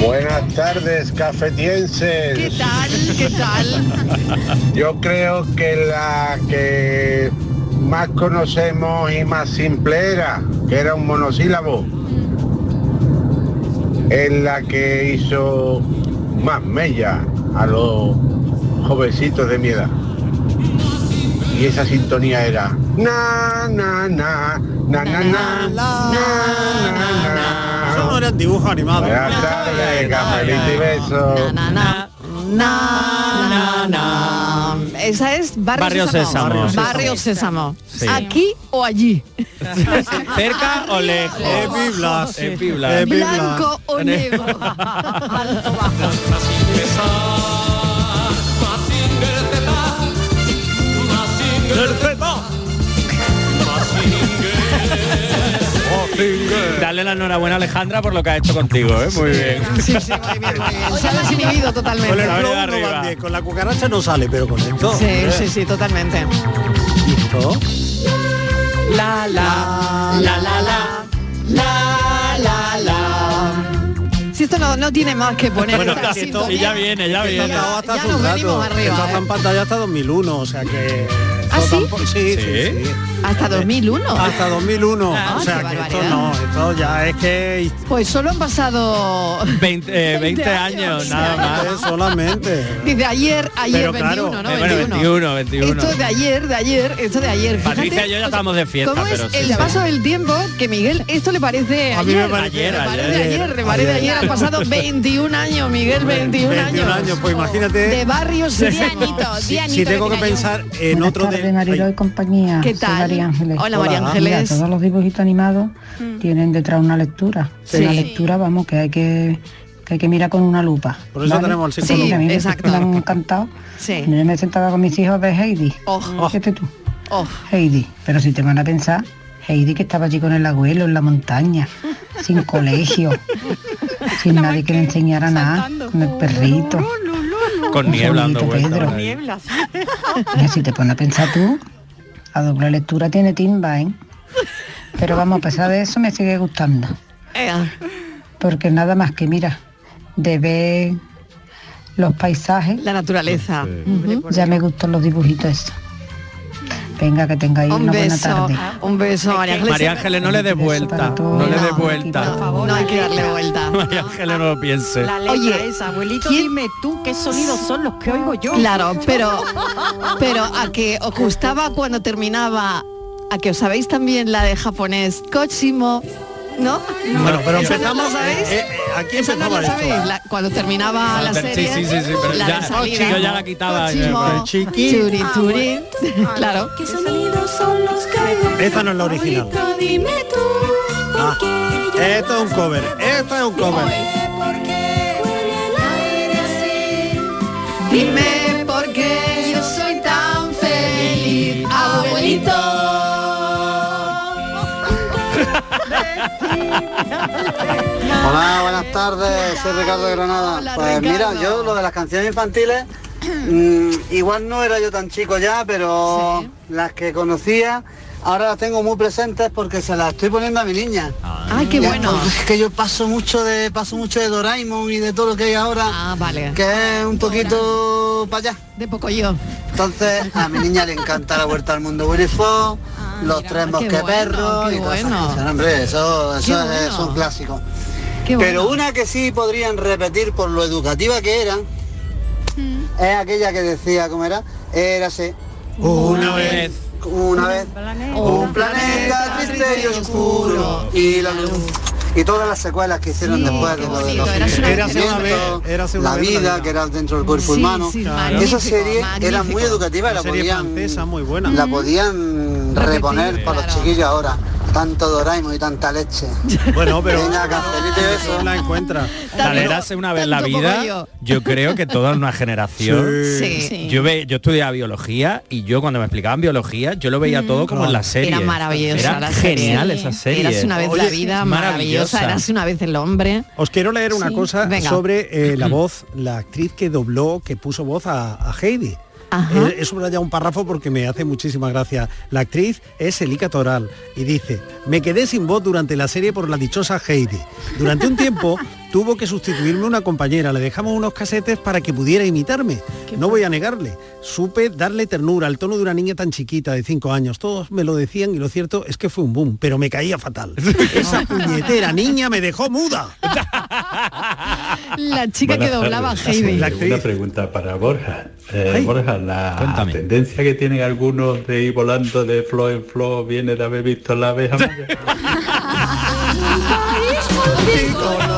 [SPEAKER 14] Buenas tardes, cafetienses.
[SPEAKER 3] ¿Qué tal? ¿Qué tal?
[SPEAKER 14] Yo creo que la que más conocemos y más simple era, que era un monosílabo, es la que hizo más mella a los jovencitos de mi edad. y esa sintonía era na na na na na na na na na
[SPEAKER 4] Eso no eran dibujos animados.
[SPEAKER 14] Buenas tardes, cafelito y besos.
[SPEAKER 3] Na, na, na. Esa es Barrio,
[SPEAKER 5] Barrio Sésamo.
[SPEAKER 3] Barrio Sésamo.
[SPEAKER 5] Barrio Sí.
[SPEAKER 3] Aquí o allí.
[SPEAKER 5] ¿Cerca
[SPEAKER 3] Ah,
[SPEAKER 5] o
[SPEAKER 3] Eh,
[SPEAKER 5] lejos? Eh,
[SPEAKER 4] Epi Blas.
[SPEAKER 5] Epi Blas.
[SPEAKER 4] Epi Blas.
[SPEAKER 3] Blanco o negro. oh,
[SPEAKER 5] Dale la enhorabuena a Alejandra por lo que ha hecho contigo, ¿eh? Muy bien.
[SPEAKER 3] Se ha desinhibido
[SPEAKER 4] Con el
[SPEAKER 3] totalmente.
[SPEAKER 4] flow no van bien, con la cucaracha no sale, pero con esto.
[SPEAKER 3] Sí, sí, sí, totalmente.
[SPEAKER 4] Esto.
[SPEAKER 3] La la la la la la la Si esto no, no tiene más que poner.
[SPEAKER 4] Bueno,
[SPEAKER 3] esta
[SPEAKER 4] que esto-
[SPEAKER 3] sintonía.
[SPEAKER 4] y ya
[SPEAKER 5] viene, ya viene.
[SPEAKER 4] Esto ha acabado hasta
[SPEAKER 3] Ya
[SPEAKER 4] hace
[SPEAKER 3] nos
[SPEAKER 4] un rato.
[SPEAKER 3] venimos arriba,
[SPEAKER 4] Esto está
[SPEAKER 3] ¿eh?
[SPEAKER 4] en pantalla hasta 2001, o sea que...
[SPEAKER 3] ¿Ah,
[SPEAKER 4] esto
[SPEAKER 3] sí?
[SPEAKER 4] tampoco- Sí, sí,
[SPEAKER 5] Sí.
[SPEAKER 4] sí.
[SPEAKER 3] Hasta 2001.
[SPEAKER 4] Hasta 2001.
[SPEAKER 3] Ah,
[SPEAKER 4] o sea,
[SPEAKER 3] qué
[SPEAKER 4] que esto
[SPEAKER 3] barbaridad.
[SPEAKER 4] no, esto ya es que...
[SPEAKER 3] Pues solo han pasado
[SPEAKER 5] 20, eh, 20 años, nada más.
[SPEAKER 4] Solamente.
[SPEAKER 3] desde ayer, ayer
[SPEAKER 5] Pero claro,
[SPEAKER 3] 21, ¿no?
[SPEAKER 5] eh, bueno, 21, 21.
[SPEAKER 3] Esto de ayer, de ayer, esto de ayer. Fíjate,
[SPEAKER 5] Patricia y yo ya estamos de fiesta,
[SPEAKER 3] ¿Cómo es
[SPEAKER 5] pero sí,
[SPEAKER 3] el
[SPEAKER 5] sí.
[SPEAKER 3] paso del tiempo que Miguel, esto le parece
[SPEAKER 5] A mí me
[SPEAKER 3] ayer?
[SPEAKER 5] parece- Ayer,
[SPEAKER 3] le parece
[SPEAKER 5] ayer,
[SPEAKER 3] ayer, le parece
[SPEAKER 5] ayer.
[SPEAKER 3] ayer. Han pasado 21 años, Miguel, 21,
[SPEAKER 4] 21 años, pues imagínate.
[SPEAKER 3] De barrios
[SPEAKER 4] Si- Si tengo que pensar en
[SPEAKER 15] Buenas
[SPEAKER 4] otro
[SPEAKER 15] tardes,
[SPEAKER 4] de...
[SPEAKER 15] Mariló y compañía.
[SPEAKER 3] ¿Qué
[SPEAKER 15] Soy
[SPEAKER 3] tal?
[SPEAKER 15] María Ángeles.
[SPEAKER 3] Hola, María
[SPEAKER 15] Mira,
[SPEAKER 3] Ángeles. Mm.
[SPEAKER 15] todos los dibujitos animados tienen detrás una lectura.
[SPEAKER 3] Sí.
[SPEAKER 15] Una lectura, vamos, que hay que que hay que mirar con una lupa.
[SPEAKER 4] Por eso tenemos el
[SPEAKER 15] Porque
[SPEAKER 4] psicólogo.
[SPEAKER 15] que a mí
[SPEAKER 4] Sí,
[SPEAKER 15] me
[SPEAKER 4] exacto.
[SPEAKER 15] me han encantado. Yo me sentaba con mis hijos de Heidi.
[SPEAKER 3] Oh.
[SPEAKER 15] Fíjate tú. Heidi. Pero si te van a pensar, Heidi que estaba allí con el abuelo en la montaña, sin colegio, sin nadie que le enseñara nada, con el perrito.
[SPEAKER 5] Con niebla dando
[SPEAKER 15] Solito,
[SPEAKER 5] vueltas.
[SPEAKER 15] Pedro.
[SPEAKER 5] por ahí.
[SPEAKER 15] Mira, si te pones a pensar tú, la doble lectura tiene timba, ¿eh? Pero vamos, a pesar de eso me sigue gustando. Porque nada más que, mira, de ver los paisajes.
[SPEAKER 3] La naturaleza.
[SPEAKER 15] Ya me gustan los dibujitos esos. Venga, que tengáis
[SPEAKER 3] Un
[SPEAKER 15] una buena
[SPEAKER 3] beso,
[SPEAKER 15] tarde.
[SPEAKER 3] un beso, María Ángeles.
[SPEAKER 5] María Ángeles, no le des vuelta. No le des vuelta.
[SPEAKER 3] No hay que darle vuelta.
[SPEAKER 5] María Ángeles, no lo piense.
[SPEAKER 8] La letra
[SPEAKER 3] Oye,
[SPEAKER 8] esa, abuelito, dime tú qué sonidos son los que oigo yo.
[SPEAKER 3] Claro, pero pero a que os gustaba cuando terminaba, a que os sabéis también la de japonés Kochimo, ¿no?
[SPEAKER 4] Bueno, pero
[SPEAKER 3] ¿Esa no la
[SPEAKER 4] empezamos...
[SPEAKER 3] sabéis?
[SPEAKER 4] eh, eh, aquí
[SPEAKER 3] Esa no
[SPEAKER 4] empezaba
[SPEAKER 3] la
[SPEAKER 4] esto.
[SPEAKER 3] sabéis, la- cuando terminaba la
[SPEAKER 4] Sí,
[SPEAKER 3] serie.
[SPEAKER 4] sí, sí, sí, pero
[SPEAKER 3] la
[SPEAKER 4] ya-
[SPEAKER 3] de salida.
[SPEAKER 4] yo ya la quitaba,
[SPEAKER 3] Kochimo,
[SPEAKER 4] eh, chiqui.
[SPEAKER 3] turi, turi. claro.
[SPEAKER 4] Esta no es la original. Ah, esto es un cover. Esto es un cover.
[SPEAKER 3] Dime por qué yo soy tan feliz, abuelito.
[SPEAKER 16] Hola, buenas tardes, soy Ricardo de Granada. pues mira, yo lo de las canciones infantiles, mm, igual no era yo tan chico ya, pero las que conocía, ahora las tengo muy presentes porque se las estoy poniendo a mi niña.
[SPEAKER 3] Ay, qué
[SPEAKER 16] Ya,
[SPEAKER 3] bueno.
[SPEAKER 16] pues, Es que yo paso mucho de paso mucho de Doraemon y de todo lo que hay ahora, que es un poquito para allá.
[SPEAKER 3] Ah, De poco yo.
[SPEAKER 16] Entonces, a mi niña le encanta la vuelta al mundo Willy Fox,
[SPEAKER 3] Ah,
[SPEAKER 16] los tres mosqueperros y todas esas
[SPEAKER 3] bueno.
[SPEAKER 16] cosas. Hombre, eso,
[SPEAKER 3] Qué
[SPEAKER 16] eso es-
[SPEAKER 3] bueno.
[SPEAKER 16] son clásicos.
[SPEAKER 3] Qué
[SPEAKER 16] Pero
[SPEAKER 3] bueno.
[SPEAKER 16] una que sí podrían repetir por lo educativa que era, es aquella que decía, ¿cómo era? Érase.
[SPEAKER 4] Una vez.
[SPEAKER 16] Una vez. Un planeta triste y oscuro. Y la luz. Y todas las secuelas que hicieron después de lo de los
[SPEAKER 4] Érase una vez,
[SPEAKER 16] sentimientos,
[SPEAKER 4] érase una
[SPEAKER 16] la
[SPEAKER 4] vez,
[SPEAKER 16] vida
[SPEAKER 4] la
[SPEAKER 16] que era dentro del cuerpo
[SPEAKER 4] Sí,
[SPEAKER 16] humano.
[SPEAKER 4] sí,
[SPEAKER 16] Esa
[SPEAKER 4] magnífico,
[SPEAKER 16] serie era muy
[SPEAKER 4] magnífico.
[SPEAKER 16] educativa,
[SPEAKER 4] Una
[SPEAKER 16] la
[SPEAKER 4] serie
[SPEAKER 16] podían
[SPEAKER 4] francesa muy buena.
[SPEAKER 16] la podían reponer para los chiquillos ahora. Tanto Doraemon y tanta leche.
[SPEAKER 4] Bueno, pero-
[SPEAKER 16] Venga, cafelito y besos.
[SPEAKER 4] La encuentra.
[SPEAKER 5] Tal érase una vez la
[SPEAKER 16] tanto
[SPEAKER 5] vida,
[SPEAKER 16] como yo.
[SPEAKER 5] yo creo que toda una generación.
[SPEAKER 3] Sí. Sí.
[SPEAKER 5] Yo ve, yo estudiaba biología y yo cuando me explicaban biología, yo lo veía todo como en la serie.
[SPEAKER 3] Mm. Era maravillosa
[SPEAKER 5] Era
[SPEAKER 3] la serie.
[SPEAKER 5] genial esa serie.
[SPEAKER 3] Eras una vez la
[SPEAKER 5] Oye,
[SPEAKER 3] vida, maravillosa. Eras una vez el hombre.
[SPEAKER 4] Os quiero leer una
[SPEAKER 3] Sí.
[SPEAKER 4] cosa
[SPEAKER 3] Venga.
[SPEAKER 4] sobre eh, la voz, la actriz que dobló, que puso voz a, a Heidi. Eh,
[SPEAKER 3] Ajá.
[SPEAKER 4] He, he subrayado un párrafo porque me hace muchísima gracia. La actriz es Elika Toral y dice, me quedé sin voz durante la serie por la dichosa Heidi. Durante un tiempo tuvo que sustituirme una compañera. Le dejamos unos casetes para que pudiera imitarme. No voy a negarle. Supe darle ternura al tono de una niña tan chiquita de 5 años. Todos me lo decían y lo cierto es que fue un boom, pero me caía fatal. Esa puñetera niña me dejó muda.
[SPEAKER 3] La chica que
[SPEAKER 17] Buenas
[SPEAKER 3] doblaba a
[SPEAKER 7] Ah,
[SPEAKER 17] tardes.
[SPEAKER 3] Heidi.
[SPEAKER 17] Una segunda pregunta para Borja. Eh,
[SPEAKER 3] Ay.
[SPEAKER 17] Borja, la tendencia que tienen algunos de ir volando de flor en flor viene de haber visto la abeja maya.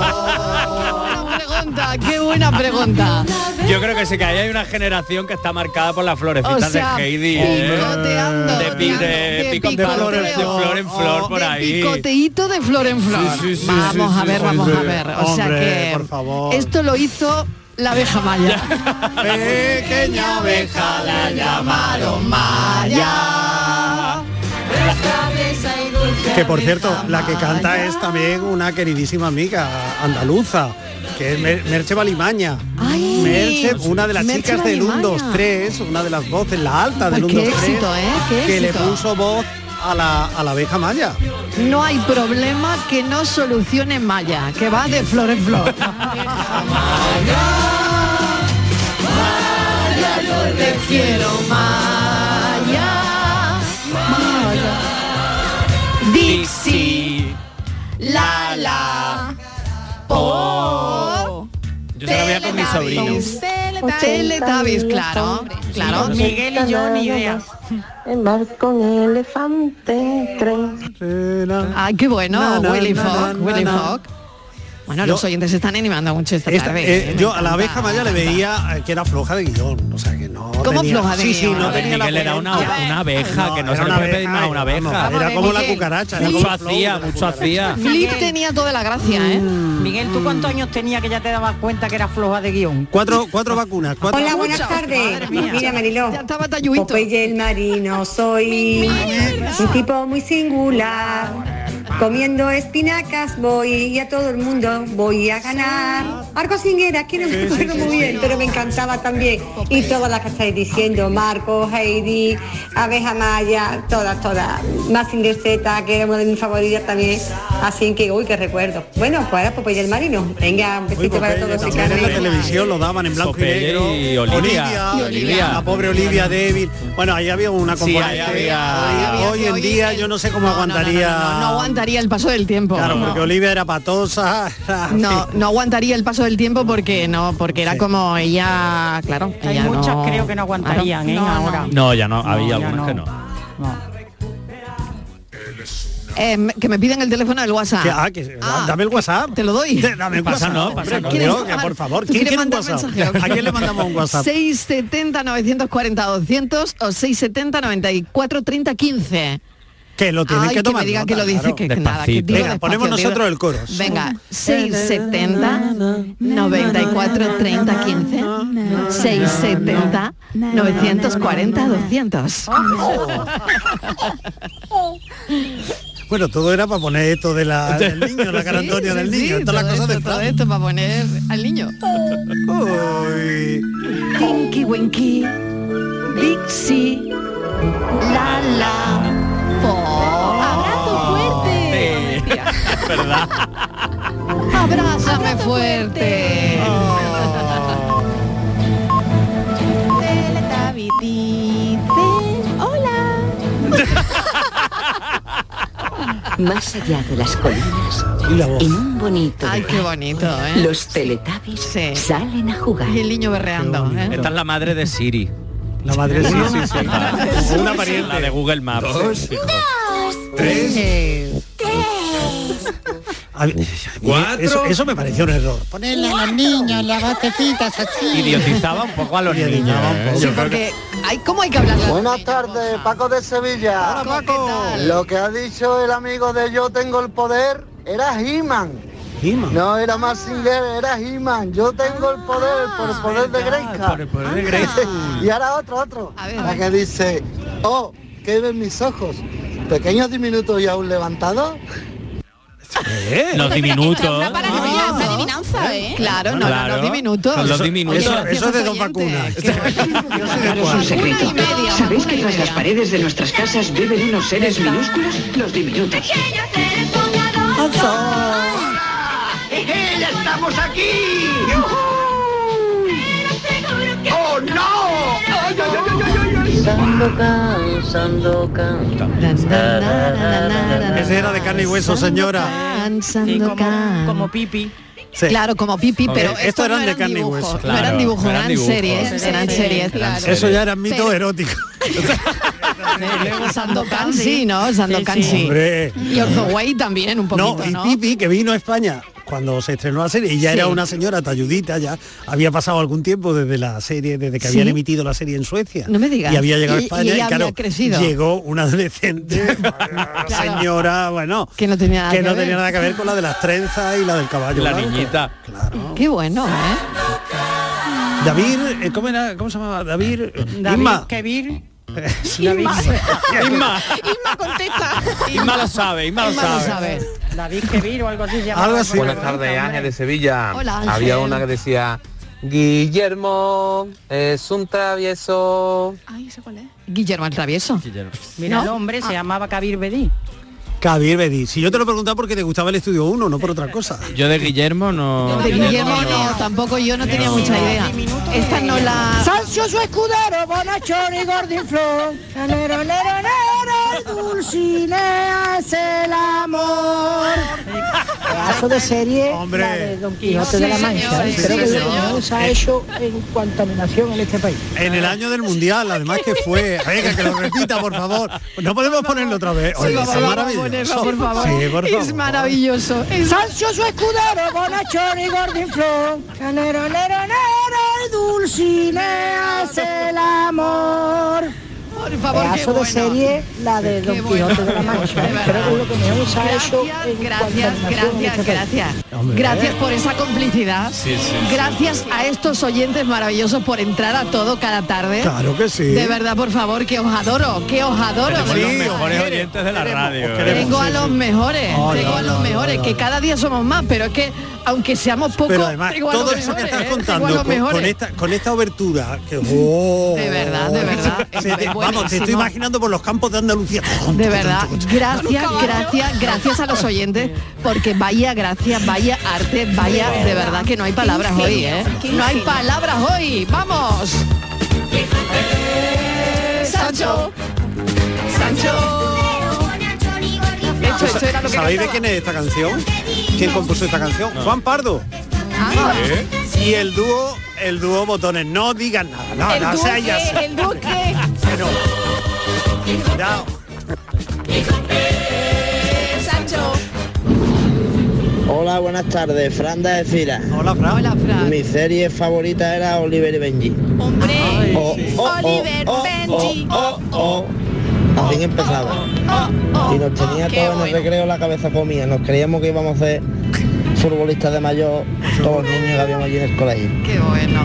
[SPEAKER 3] Buena pregunta, qué buena pregunta.
[SPEAKER 5] Yo creo que sí, que ahí hay una generación que está marcada por las florecitas
[SPEAKER 3] O sea,
[SPEAKER 5] de Heidi. ¿eh?
[SPEAKER 3] picoteando,
[SPEAKER 5] de, pi- de
[SPEAKER 3] de
[SPEAKER 5] picoteo, de flor en
[SPEAKER 3] picoteo.
[SPEAKER 5] flor, por ahí.
[SPEAKER 3] Picoteíto de flor en flor.
[SPEAKER 5] Sí, sí, sí,
[SPEAKER 3] vamos
[SPEAKER 5] sí,
[SPEAKER 3] a
[SPEAKER 5] sí,
[SPEAKER 3] ver,
[SPEAKER 5] sí,
[SPEAKER 3] vamos
[SPEAKER 5] sí.
[SPEAKER 3] a ver. O sea
[SPEAKER 5] Hombre,
[SPEAKER 3] que
[SPEAKER 5] por favor.
[SPEAKER 3] esto lo hizo la abeja maya.
[SPEAKER 2] Pequeña abeja la llamaron Maya.
[SPEAKER 4] Que por cierto, la que canta es también una queridísima amiga andaluza, que es Mer- Merche Balimaña. Merche, una de las
[SPEAKER 3] Merche
[SPEAKER 4] chicas del
[SPEAKER 3] Valimaña.
[SPEAKER 4] 1-2-3, una de las voces, la alta del
[SPEAKER 3] Pues
[SPEAKER 4] 1-2-3,
[SPEAKER 3] qué éxito, ¿eh? Qué
[SPEAKER 4] que le
[SPEAKER 3] éxito.
[SPEAKER 4] puso voz a la, a la abeja maya.
[SPEAKER 3] No hay problema que no solucione Maya, que va de flor en flor. Ah,
[SPEAKER 2] Maya, yo te quiero, Maya. Maya.
[SPEAKER 5] Dixie.
[SPEAKER 2] La la. Po.
[SPEAKER 5] Yo se la voy a con mis sobrinos.
[SPEAKER 3] Teletubbies, claro. Claro.
[SPEAKER 8] Miguel y yo, ni idea.
[SPEAKER 3] El barco con elefante, tren. Ay, qué bueno,
[SPEAKER 4] Na, na,
[SPEAKER 3] Willy
[SPEAKER 4] na,
[SPEAKER 3] Fogg,
[SPEAKER 4] na,
[SPEAKER 3] Willy
[SPEAKER 4] na, na.
[SPEAKER 3] Fogg. Bueno,
[SPEAKER 4] Yo-
[SPEAKER 3] los oyentes se están animando mucho esta,
[SPEAKER 4] Esta-
[SPEAKER 3] tarde.
[SPEAKER 4] eh,
[SPEAKER 3] ¿eh? Me
[SPEAKER 4] yo a la
[SPEAKER 3] encanta,
[SPEAKER 4] abeja maya
[SPEAKER 3] me
[SPEAKER 4] le
[SPEAKER 3] encanta.
[SPEAKER 4] veía eh, que era floja de guión, o sea que no
[SPEAKER 3] ¿Cómo
[SPEAKER 4] tenía-
[SPEAKER 3] floja de
[SPEAKER 4] Sí, sí,
[SPEAKER 3] guión?
[SPEAKER 4] no
[SPEAKER 3] A ver,
[SPEAKER 4] tenía la
[SPEAKER 5] Miguel era una,
[SPEAKER 4] buena-
[SPEAKER 5] una abeja, que no,
[SPEAKER 4] era
[SPEAKER 5] se le
[SPEAKER 4] una
[SPEAKER 5] puede pedir
[SPEAKER 4] abeja,
[SPEAKER 5] más a una
[SPEAKER 4] vamos,
[SPEAKER 5] abeja.
[SPEAKER 4] era como la cucaracha, era como
[SPEAKER 5] Mucho
[SPEAKER 4] el flow
[SPEAKER 5] hacía,
[SPEAKER 4] de la
[SPEAKER 5] mucho hacía.
[SPEAKER 3] Flip tenía toda la gracia, ¿eh?
[SPEAKER 8] Mm. Miguel, ¿tú cuántos años tenía que ya te dabas cuenta que era floja de guión?
[SPEAKER 4] Cuatro, cuatro vacunas, cuatro
[SPEAKER 8] Hola,
[SPEAKER 4] vacunas.
[SPEAKER 8] buenas
[SPEAKER 18] tardes.
[SPEAKER 8] mía.
[SPEAKER 18] Mira, Mariló. Ya estaba Popeye el marino. Soy un tipo muy singular. Comiendo espinacas voy y a todo el mundo voy a ganar. Marcos Singuera, que no me acuerdo muy bien, pero me encantaba también. Y todas las que estáis diciendo, Marcos, Heidi, Abeja Maya, todas, todas. Massinger Z, que era una de mis favoritas también. Así que, uy, qué recuerdo. Bueno, pues ahora Popeye el marino. Venga, un besito para todos y
[SPEAKER 4] También en la
[SPEAKER 18] Carmen.
[SPEAKER 4] televisión lo daban en blanco
[SPEAKER 5] Popeye
[SPEAKER 4] y negro.
[SPEAKER 5] y Olivia. Y Olivia.
[SPEAKER 4] La pobre Olivia débil. Bueno, ahí había una
[SPEAKER 5] Sí, ahí
[SPEAKER 4] componente.
[SPEAKER 5] había-
[SPEAKER 4] Hoy-
[SPEAKER 5] había-
[SPEAKER 4] hoy en
[SPEAKER 5] hoy
[SPEAKER 4] día yo no sé cómo aguantaría.
[SPEAKER 3] No aguantaría el paso del tiempo.
[SPEAKER 4] Claro,
[SPEAKER 3] No.
[SPEAKER 4] porque Olivia era patosa. era-
[SPEAKER 3] No, no aguantaría el paso del tiempo porque no, porque era como ella, claro.
[SPEAKER 8] Hay
[SPEAKER 3] ella
[SPEAKER 8] muchas
[SPEAKER 3] no- Ah,
[SPEAKER 8] creo que no aguantarían, ¿eh? Ahora.
[SPEAKER 5] No, ya no, había algunas que no.
[SPEAKER 3] Eh, que me piden el teléfono del WhatsApp.
[SPEAKER 4] Que- ah, que- dame el WhatsApp.
[SPEAKER 3] Te lo doy.
[SPEAKER 4] Te- Dame el WhatsApp.
[SPEAKER 5] Pásanos,
[SPEAKER 4] hombre,
[SPEAKER 5] pásanos.
[SPEAKER 4] coño,
[SPEAKER 3] ¿Quieres
[SPEAKER 4] que
[SPEAKER 3] llamar?
[SPEAKER 4] por favor,
[SPEAKER 3] ¿Tú
[SPEAKER 4] ¿quién
[SPEAKER 3] quieres
[SPEAKER 4] quiere un
[SPEAKER 3] mandar
[SPEAKER 4] WhatsApp?
[SPEAKER 3] mensaje?
[SPEAKER 4] ¿A quién le mandamos un WhatsApp?
[SPEAKER 3] 670 940 200 o 670 94 30 15.
[SPEAKER 4] Que lo
[SPEAKER 3] Ay,
[SPEAKER 4] tienes que
[SPEAKER 3] que
[SPEAKER 4] tomar.
[SPEAKER 3] me diga
[SPEAKER 4] nota,
[SPEAKER 3] que lo dice,
[SPEAKER 4] claro.
[SPEAKER 3] que, que nada, que digo
[SPEAKER 4] Venga,
[SPEAKER 3] despacio,
[SPEAKER 4] ponemos
[SPEAKER 3] digo-
[SPEAKER 4] nosotros el coro.
[SPEAKER 3] Venga, 670 94 30 15 670 940 200.
[SPEAKER 4] Ah, Bueno, todo era para poner esto de la, del niño, la cara
[SPEAKER 3] Sí,
[SPEAKER 4] Antonio
[SPEAKER 3] sí,
[SPEAKER 4] del
[SPEAKER 3] sí,
[SPEAKER 4] niño. Esto es la
[SPEAKER 3] todo
[SPEAKER 4] cosa de
[SPEAKER 3] esto, todo esto para poner al niño. Tinky Winky, Dixie, la la. po. Abrazo fuerte.
[SPEAKER 5] ¿Verdad?
[SPEAKER 3] Abrázame fuerte.
[SPEAKER 19] Oh.
[SPEAKER 2] Teletubby dice, hola.
[SPEAKER 19] Más allá de las colinas, en un bonito
[SPEAKER 3] Ay,
[SPEAKER 19] lugar,
[SPEAKER 3] qué bonito, ¿eh?
[SPEAKER 19] los teletubbies salen a jugar.
[SPEAKER 3] Y el niño berreando, ¿eh?
[SPEAKER 5] Esta es la madre de Siri.
[SPEAKER 4] La madre
[SPEAKER 5] de
[SPEAKER 4] Siri, sí,
[SPEAKER 5] sí.
[SPEAKER 4] O una
[SPEAKER 5] pariente. La de Google Maps.
[SPEAKER 4] A mí- Eso, eso me pareció un error.
[SPEAKER 20] Ponerle a los niños las botecitas así.
[SPEAKER 5] Idiotizaba un poco a los niños. ¿eh? Yo creo que-
[SPEAKER 3] hay, ¿cómo hay que hablar?
[SPEAKER 20] Buenas tardes, Paco de Sevilla.
[SPEAKER 16] Lo que ha dicho el amigo de Yo Tengo el Poder era He-Man. No era
[SPEAKER 3] Ah.
[SPEAKER 16] Massinger, era He-Man. Yo tengo el poder por el poder de Grayskull. y ahora otro, otro. La que dice, oh, que ven mis ojos. Pequeños diminutos y aún levantados.
[SPEAKER 5] Los diminutos.
[SPEAKER 3] adivinanza, ¿eh? Claro, no, no, los diminutos.
[SPEAKER 5] Son los diminutos.
[SPEAKER 3] Oye,
[SPEAKER 4] eso es de dos vacunas.
[SPEAKER 21] Es un secreto. ¿Sabéis que tras las paredes de nuestras casas viven unos seres minúsculos? Los diminutos.
[SPEAKER 2] Alzó.
[SPEAKER 22] que ya estamos aquí. ¡Yujú! ¡Oh, no! ¡Ay, ay, ay, ay, ay, ay!
[SPEAKER 4] Sandokan, Ese era de carne y hueso, señora.
[SPEAKER 3] como,
[SPEAKER 8] pipi.
[SPEAKER 4] Sí.
[SPEAKER 3] Claro, como pipi,
[SPEAKER 4] Hombre,
[SPEAKER 3] pero
[SPEAKER 4] estos
[SPEAKER 3] esto
[SPEAKER 4] eran
[SPEAKER 3] no
[SPEAKER 4] de carne y
[SPEAKER 3] dibujos,
[SPEAKER 4] hueso.
[SPEAKER 3] no
[SPEAKER 4] Claro,
[SPEAKER 3] eran dibujos,
[SPEAKER 4] eran
[SPEAKER 3] eran,
[SPEAKER 4] dibujos.
[SPEAKER 3] series, eran
[SPEAKER 4] Sí,
[SPEAKER 3] series.
[SPEAKER 4] claro. Eso ya era mito erótico.
[SPEAKER 3] Sandokan sí, ¿no? Sandokan sí.
[SPEAKER 4] Hombre.
[SPEAKER 3] Y Orzoway también un poquito,
[SPEAKER 4] No,
[SPEAKER 3] ¿no?
[SPEAKER 4] y Pipi, que vino a España cuando se estrenó la serie, y ya
[SPEAKER 3] Sí.
[SPEAKER 4] era una señora talludita, ya había pasado algún tiempo desde la serie, desde que
[SPEAKER 3] Sí.
[SPEAKER 4] habían emitido la serie en Suecia.
[SPEAKER 3] No me digas.
[SPEAKER 4] Y había llegado
[SPEAKER 3] Y-
[SPEAKER 4] a España
[SPEAKER 3] y
[SPEAKER 4] y,
[SPEAKER 3] ella había
[SPEAKER 4] claro,
[SPEAKER 3] crecido.
[SPEAKER 4] llegó una adolescente, una señora, bueno,
[SPEAKER 3] que no tenía nada
[SPEAKER 4] que,
[SPEAKER 3] que
[SPEAKER 4] no
[SPEAKER 3] ver.
[SPEAKER 4] tenía nada que ver con la de las trenzas y la del caballo.
[SPEAKER 5] La
[SPEAKER 4] blanco.
[SPEAKER 5] niñita.
[SPEAKER 3] Qué bueno, ¿eh?
[SPEAKER 4] David, eh, ¿cómo era? ¿Cómo se llamaba? David. eh, Inma.
[SPEAKER 8] Kevir.
[SPEAKER 4] Inma.
[SPEAKER 5] Inma.
[SPEAKER 8] Inma contesta.
[SPEAKER 5] Inma lo sabe, Inma lo sabe.
[SPEAKER 8] David Kevir o algo así se llama.
[SPEAKER 23] Buenas tardes, Ángel de Sevilla.
[SPEAKER 8] Hola, Ángel.
[SPEAKER 23] Había una que decía, Guillermo es un travieso.
[SPEAKER 3] Ay, sé cuál es. Guillermo el Travieso.
[SPEAKER 8] Mira,
[SPEAKER 3] ¿No? Ah.
[SPEAKER 8] el hombre se llamaba Kabir Bedí.
[SPEAKER 4] Kabir Bedi. Si yo te lo preguntaba porque te gustaba el estudio 1, no por otra cosa.
[SPEAKER 5] Yo de Guillermo no.
[SPEAKER 3] De Guillermo no, tampoco yo no tenía mucha idea. Esta no la...
[SPEAKER 1] Sancho su escudero, bonachón y gordinflón. Lero, lero, lero, Dulcinea es el amor. Pedazo de serie,
[SPEAKER 4] Hombre.
[SPEAKER 1] la de Don Quijote de la
[SPEAKER 4] Sí,
[SPEAKER 1] Mancha.
[SPEAKER 4] señor,
[SPEAKER 1] Creo
[SPEAKER 4] sí,
[SPEAKER 1] que
[SPEAKER 4] señor.
[SPEAKER 1] no se ha hecho en contaminación en este país.
[SPEAKER 4] En el año del mundial, además que fue. Venga, que lo repita, por favor. No podemos ponerlo otra vez.
[SPEAKER 1] Sí,
[SPEAKER 4] Oye,
[SPEAKER 1] vamos,
[SPEAKER 4] está
[SPEAKER 1] vamos a
[SPEAKER 4] maravilloso.
[SPEAKER 1] ponerlo, por favor.
[SPEAKER 4] Sí, por favor.
[SPEAKER 3] maravilloso.
[SPEAKER 1] Sancho su escudero, bonachón y gordinflón. Lero, lero, lero, y Dulcinea es el amor. Por
[SPEAKER 3] favor, qué
[SPEAKER 1] Pedazo de serie, la de Don Quijote de la Mancha. Creo que es lo que mejor se ha hecho en
[SPEAKER 3] Gracias,
[SPEAKER 1] contaminación en
[SPEAKER 3] gracias,
[SPEAKER 1] este país.
[SPEAKER 3] gracias. Gracias por esa complicidad.
[SPEAKER 1] Sí, sí, sí.
[SPEAKER 3] Gracias a estos oyentes maravillosos por entrar a todo cada tarde.
[SPEAKER 4] Claro que sí.
[SPEAKER 3] De verdad, por favor, que os adoro, que os adoro.
[SPEAKER 5] Tenemos
[SPEAKER 3] de
[SPEAKER 5] los
[SPEAKER 3] verdad.
[SPEAKER 5] mejores oyentes de la radio. ¿eh?
[SPEAKER 3] Tengo a los mejores,
[SPEAKER 5] Ay,
[SPEAKER 3] tengo
[SPEAKER 5] ay,
[SPEAKER 3] a los
[SPEAKER 5] ay,
[SPEAKER 3] mejores,
[SPEAKER 5] ay,
[SPEAKER 3] que
[SPEAKER 5] ay.
[SPEAKER 3] cada día somos más, pero es que aunque seamos pocos,
[SPEAKER 4] Pero además,
[SPEAKER 3] tengo a los
[SPEAKER 4] todo eso
[SPEAKER 3] mejores,
[SPEAKER 4] que estás
[SPEAKER 3] ¿eh? Tengo a
[SPEAKER 4] contando
[SPEAKER 3] los
[SPEAKER 4] con- este con,
[SPEAKER 3] mejores.
[SPEAKER 4] esta, con esta obertura, que oh,
[SPEAKER 3] De verdad, de verdad.
[SPEAKER 4] se te- vamos, te estoy
[SPEAKER 3] buenísimo.
[SPEAKER 4] imaginando por los campos de Andalucía.
[SPEAKER 3] De verdad,
[SPEAKER 4] este
[SPEAKER 3] gracias, gracias, gracias a los oyentes, porque vaya gracias, vaya arte, vaya, de verdad que no hay palabras
[SPEAKER 2] Qué
[SPEAKER 3] hoy,
[SPEAKER 2] ingenio,
[SPEAKER 3] ¿eh?
[SPEAKER 2] qué
[SPEAKER 3] No hay
[SPEAKER 2] ingenio.
[SPEAKER 3] palabras hoy, vamos. Sancho, Sancho. Hecho, hecho, era lo que
[SPEAKER 4] ¿Sabéis de
[SPEAKER 3] cantaba.
[SPEAKER 4] quién es esta canción? ¿Quién compuso esta canción? Juan Pardo.
[SPEAKER 3] Ah.
[SPEAKER 4] Y el dúo, el dúo botones, no digan nada, no,
[SPEAKER 2] El
[SPEAKER 4] no,
[SPEAKER 2] dúo
[SPEAKER 4] o sea, ya
[SPEAKER 2] que-
[SPEAKER 4] sé.
[SPEAKER 2] el dúo que-
[SPEAKER 4] Bueno. Cuidado.
[SPEAKER 3] Sancho.
[SPEAKER 24] Hola, buenas tardes, Fran de Fira.
[SPEAKER 4] Hola, Fran.
[SPEAKER 3] Hola, Fran.
[SPEAKER 24] Mi serie favorita era Oliver y Benji.
[SPEAKER 3] Hombre,
[SPEAKER 24] Oh, oh, oh,
[SPEAKER 3] Oliver
[SPEAKER 24] oh,
[SPEAKER 3] Benji.
[SPEAKER 24] oh, oh, oh. Así empezaba. y nos tenía
[SPEAKER 3] oh, qué
[SPEAKER 24] todos en el
[SPEAKER 3] bueno.
[SPEAKER 24] recreo la cabeza comida. Nos creíamos que íbamos a ser futbolistas de mayor, todos los niños que habíamos allí en el colegio.
[SPEAKER 3] Qué bueno.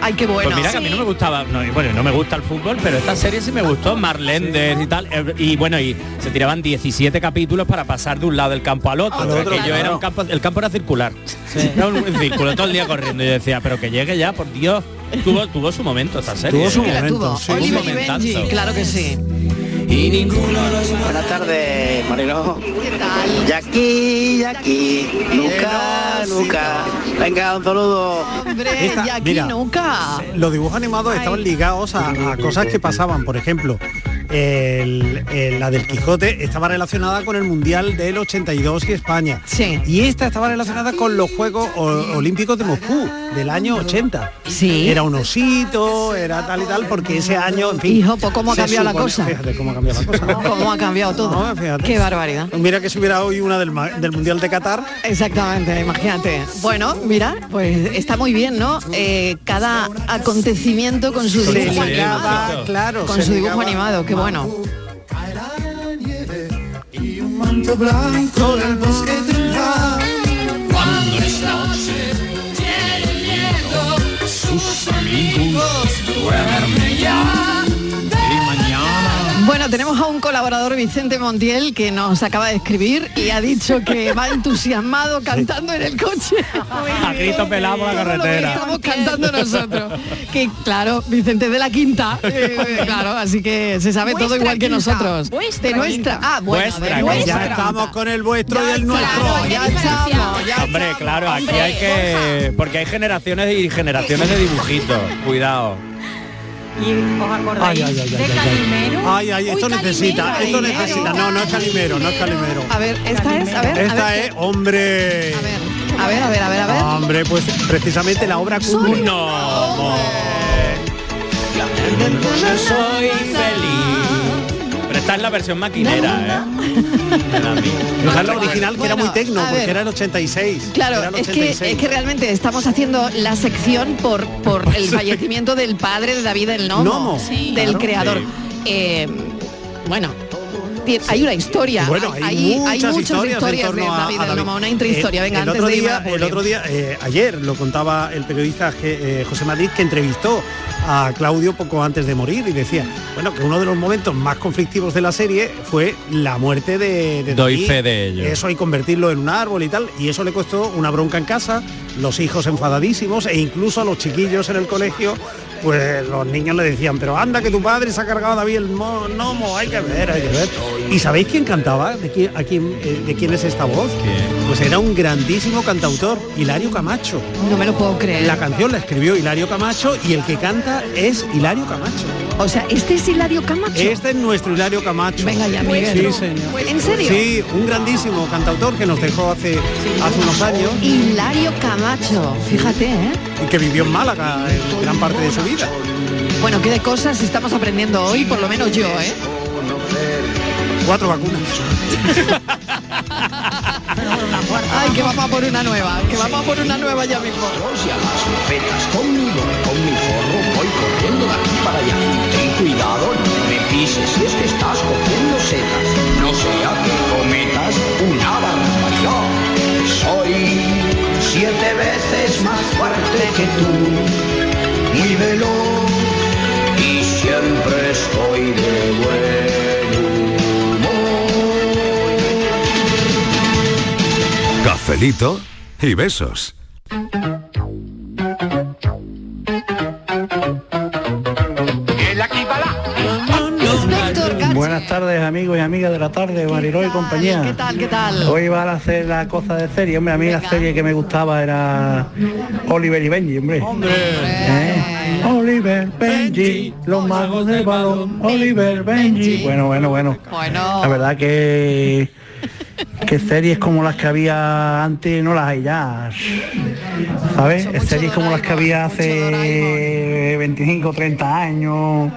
[SPEAKER 3] Ay, qué bueno.
[SPEAKER 5] Pues mira que a mí no me gustaba, no, y bueno, no me gusta el fútbol, pero esta serie sí me gustó, Marlenders y tal. eh, Y bueno, y se tiraban 17 capítulos para pasar de un lado del campo al otro.
[SPEAKER 4] Al
[SPEAKER 5] porque
[SPEAKER 4] otro,
[SPEAKER 5] yo
[SPEAKER 4] claro.
[SPEAKER 5] era un campo, el campo era circular. Era un, un círculo todo el día corriendo. Y yo decía, pero que llegue ya, por Dios. Tuvo, tuvo su momento esta serie.
[SPEAKER 4] Tuvo su
[SPEAKER 5] ¿eh?
[SPEAKER 4] momento,
[SPEAKER 5] Tuvo
[SPEAKER 4] sí.
[SPEAKER 5] un
[SPEAKER 3] Oliver y
[SPEAKER 5] momentazo.
[SPEAKER 3] Benji, claro que sí.
[SPEAKER 24] Y ninguno Buenas tardes, Marino. Jackie, Jackie. Nunca, nunca. Venga, un saludo.
[SPEAKER 3] Hombre,
[SPEAKER 4] Esta-
[SPEAKER 3] y aquí
[SPEAKER 4] mira,
[SPEAKER 3] nunca.
[SPEAKER 4] Los dibujos animados estaban ligados a, a cosas que pasaban, por ejemplo. el- el- la del Quijote estaba relacionada con el Mundial del 82 y España. Y esta estaba relacionada con los Juegos O- Olímpicos de Moscú del año 80.
[SPEAKER 3] Sí.
[SPEAKER 4] Era un osito, era tal y tal, porque ese año, en fin.
[SPEAKER 3] Hijo, pues, ¿cómo ha
[SPEAKER 4] se
[SPEAKER 3] cambiado la
[SPEAKER 4] supone-
[SPEAKER 3] cosa?
[SPEAKER 4] Fíjate cómo ha cambiado la cosa.
[SPEAKER 3] ¿Cómo ha cambiado todo? Qué barbaridad.
[SPEAKER 4] Mira que si hubiera hoy una del, ma- del Mundial de Qatar.
[SPEAKER 3] Exactamente, imagínate. Bueno, mira, pues está muy bien, ¿no? Eh, cada acontecimiento con su
[SPEAKER 4] Se
[SPEAKER 3] dibujo
[SPEAKER 4] ligaba,
[SPEAKER 3] animado.
[SPEAKER 4] claro,
[SPEAKER 3] con
[SPEAKER 4] se
[SPEAKER 3] su dibujo
[SPEAKER 4] ligaba.
[SPEAKER 3] animado, qué bueno.
[SPEAKER 2] manto blanco del bosque tendrá. Cuando es noche tiene miedo, sus amigos duermen ya.
[SPEAKER 3] Bueno, tenemos a un colaborador, Vicente Montiel, que nos acaba de escribir y ha dicho que va entusiasmado cantando en el coche.
[SPEAKER 5] A grito pelado por la
[SPEAKER 3] Todo lo que
[SPEAKER 5] carretera.
[SPEAKER 3] estamos cantando nosotros. Que claro, Vicente es de la quinta, eh, claro, así que se sabe todo
[SPEAKER 4] Vuestra
[SPEAKER 3] igual que
[SPEAKER 4] quinta,
[SPEAKER 3] nosotros.
[SPEAKER 4] vuestra
[SPEAKER 3] de nuestra. Ah, bueno, de nuestra.
[SPEAKER 4] ya estamos con el vuestro y el nuestro.
[SPEAKER 3] Ya estamos, ya
[SPEAKER 5] Hombre, claro, aquí hay que... Porque hay generaciones y generaciones de dibujitos. Cuidado.
[SPEAKER 25] Y os acordáis
[SPEAKER 4] Ay, ay, ay,
[SPEAKER 25] de
[SPEAKER 4] ay, ay,
[SPEAKER 25] Calimero.
[SPEAKER 4] Ay, ay, esto necesita, esto necesita. No, no es calimero, no es calimero.
[SPEAKER 3] A ver, esta es, a ver, a
[SPEAKER 4] Esta
[SPEAKER 3] ver,
[SPEAKER 4] es, hombre.
[SPEAKER 3] a ver, a ver, a ver, a ver.
[SPEAKER 4] Hombre, pues precisamente la obra cumbre. No,
[SPEAKER 5] Yo soy feliz. Pero esta es la versión maquinera, ¿eh?
[SPEAKER 4] Esa es la original que era muy tecno,
[SPEAKER 3] a
[SPEAKER 4] porque
[SPEAKER 3] ver.
[SPEAKER 4] era el 86. era
[SPEAKER 3] Claro,
[SPEAKER 4] el
[SPEAKER 3] es que,
[SPEAKER 4] 86.
[SPEAKER 3] es que realmente estamos haciendo la sección por, por el
[SPEAKER 4] Sí.
[SPEAKER 3] fallecimiento del padre de David el Nomo,
[SPEAKER 4] Nomo,
[SPEAKER 3] del
[SPEAKER 4] claro.
[SPEAKER 3] creador.
[SPEAKER 4] Sí.
[SPEAKER 3] Eh, bueno, ti- hay una historia,
[SPEAKER 4] Bueno, hay, muchas, historias, en
[SPEAKER 3] de
[SPEAKER 4] torno a-
[SPEAKER 3] David
[SPEAKER 4] a
[SPEAKER 3] el
[SPEAKER 4] David.
[SPEAKER 3] Nomo, una intrahistoria.
[SPEAKER 4] El-
[SPEAKER 3] Venga,
[SPEAKER 4] el
[SPEAKER 3] antes
[SPEAKER 4] otro
[SPEAKER 3] de ir a
[SPEAKER 4] día,
[SPEAKER 3] la
[SPEAKER 4] el otro día, eh, ayer lo contaba el periodista Je- eh, José Madrid que entrevistó a Claudio poco antes de morir y decía, bueno, que uno de los momentos más conflictivos de la serie fue la muerte de, de
[SPEAKER 5] Doy
[SPEAKER 4] David.
[SPEAKER 5] fe de ello.
[SPEAKER 4] Eso y convertirlo en un árbol y tal, y eso le costó una bronca en casa, los hijos enfadadísimos e incluso a los chiquillos en el colegio. Pues los niños le decían, pero anda que tu padre se ha cargado a David el mo- gnomo, hay que ver, hay que ver. ¿Y sabéis quién cantaba? ¿De quién, a quién, eh, de quién es esta voz? Pues era un grandísimo cantautor, Hilario Camacho.
[SPEAKER 3] No me lo puedo creer.
[SPEAKER 4] La canción la escribió Hilario Camacho y el que canta es Hilario Camacho.
[SPEAKER 3] O sea, este es Hilario Camacho.
[SPEAKER 4] Este es nuestro Hilario Camacho.
[SPEAKER 3] Venga ya, Miguel.
[SPEAKER 4] Sí, señor.
[SPEAKER 3] ¿En serio?
[SPEAKER 4] Sí, un grandísimo cantautor que nos dejó hace, hace unos años
[SPEAKER 3] Hilario Camacho, fíjate, ¿eh?
[SPEAKER 4] y que vivió en Málaga en gran parte de su vida.
[SPEAKER 3] Bueno, qué de cosas estamos aprendiendo hoy, por lo menos yo, ¿eh?
[SPEAKER 4] Cuatro vacunas.
[SPEAKER 3] Ay, que vamos a por una nueva, que vamos a por una nueva ya mismo.
[SPEAKER 9] Conmigo, con mi forro voy corriendo de aquí para allá. Ten cuidado, no me pises si es que estás cogiendo setas. No sea que cometas una barbaridad. Soy siete veces más fuerte que tú, muy veloz y siempre estoy de buen
[SPEAKER 7] Cafelito y besos.
[SPEAKER 14] Buenas tardes amigos y amigas de la tarde, Mariló y compañía.
[SPEAKER 3] ¿Qué tal, qué tal?
[SPEAKER 14] Hoy van a hacer la cosa de serie, hombre, a mí la serie que me gustaba era Oliver y Benji, hombre. ¿Eh? Oliver, Benji, los magos del balón, Oliver, Benji. Bueno, bueno, bueno.
[SPEAKER 3] Bueno.
[SPEAKER 14] La verdad que que series como las que había antes no las hay ya. ¿Sabes? Series como las que había hace 25, 30 años,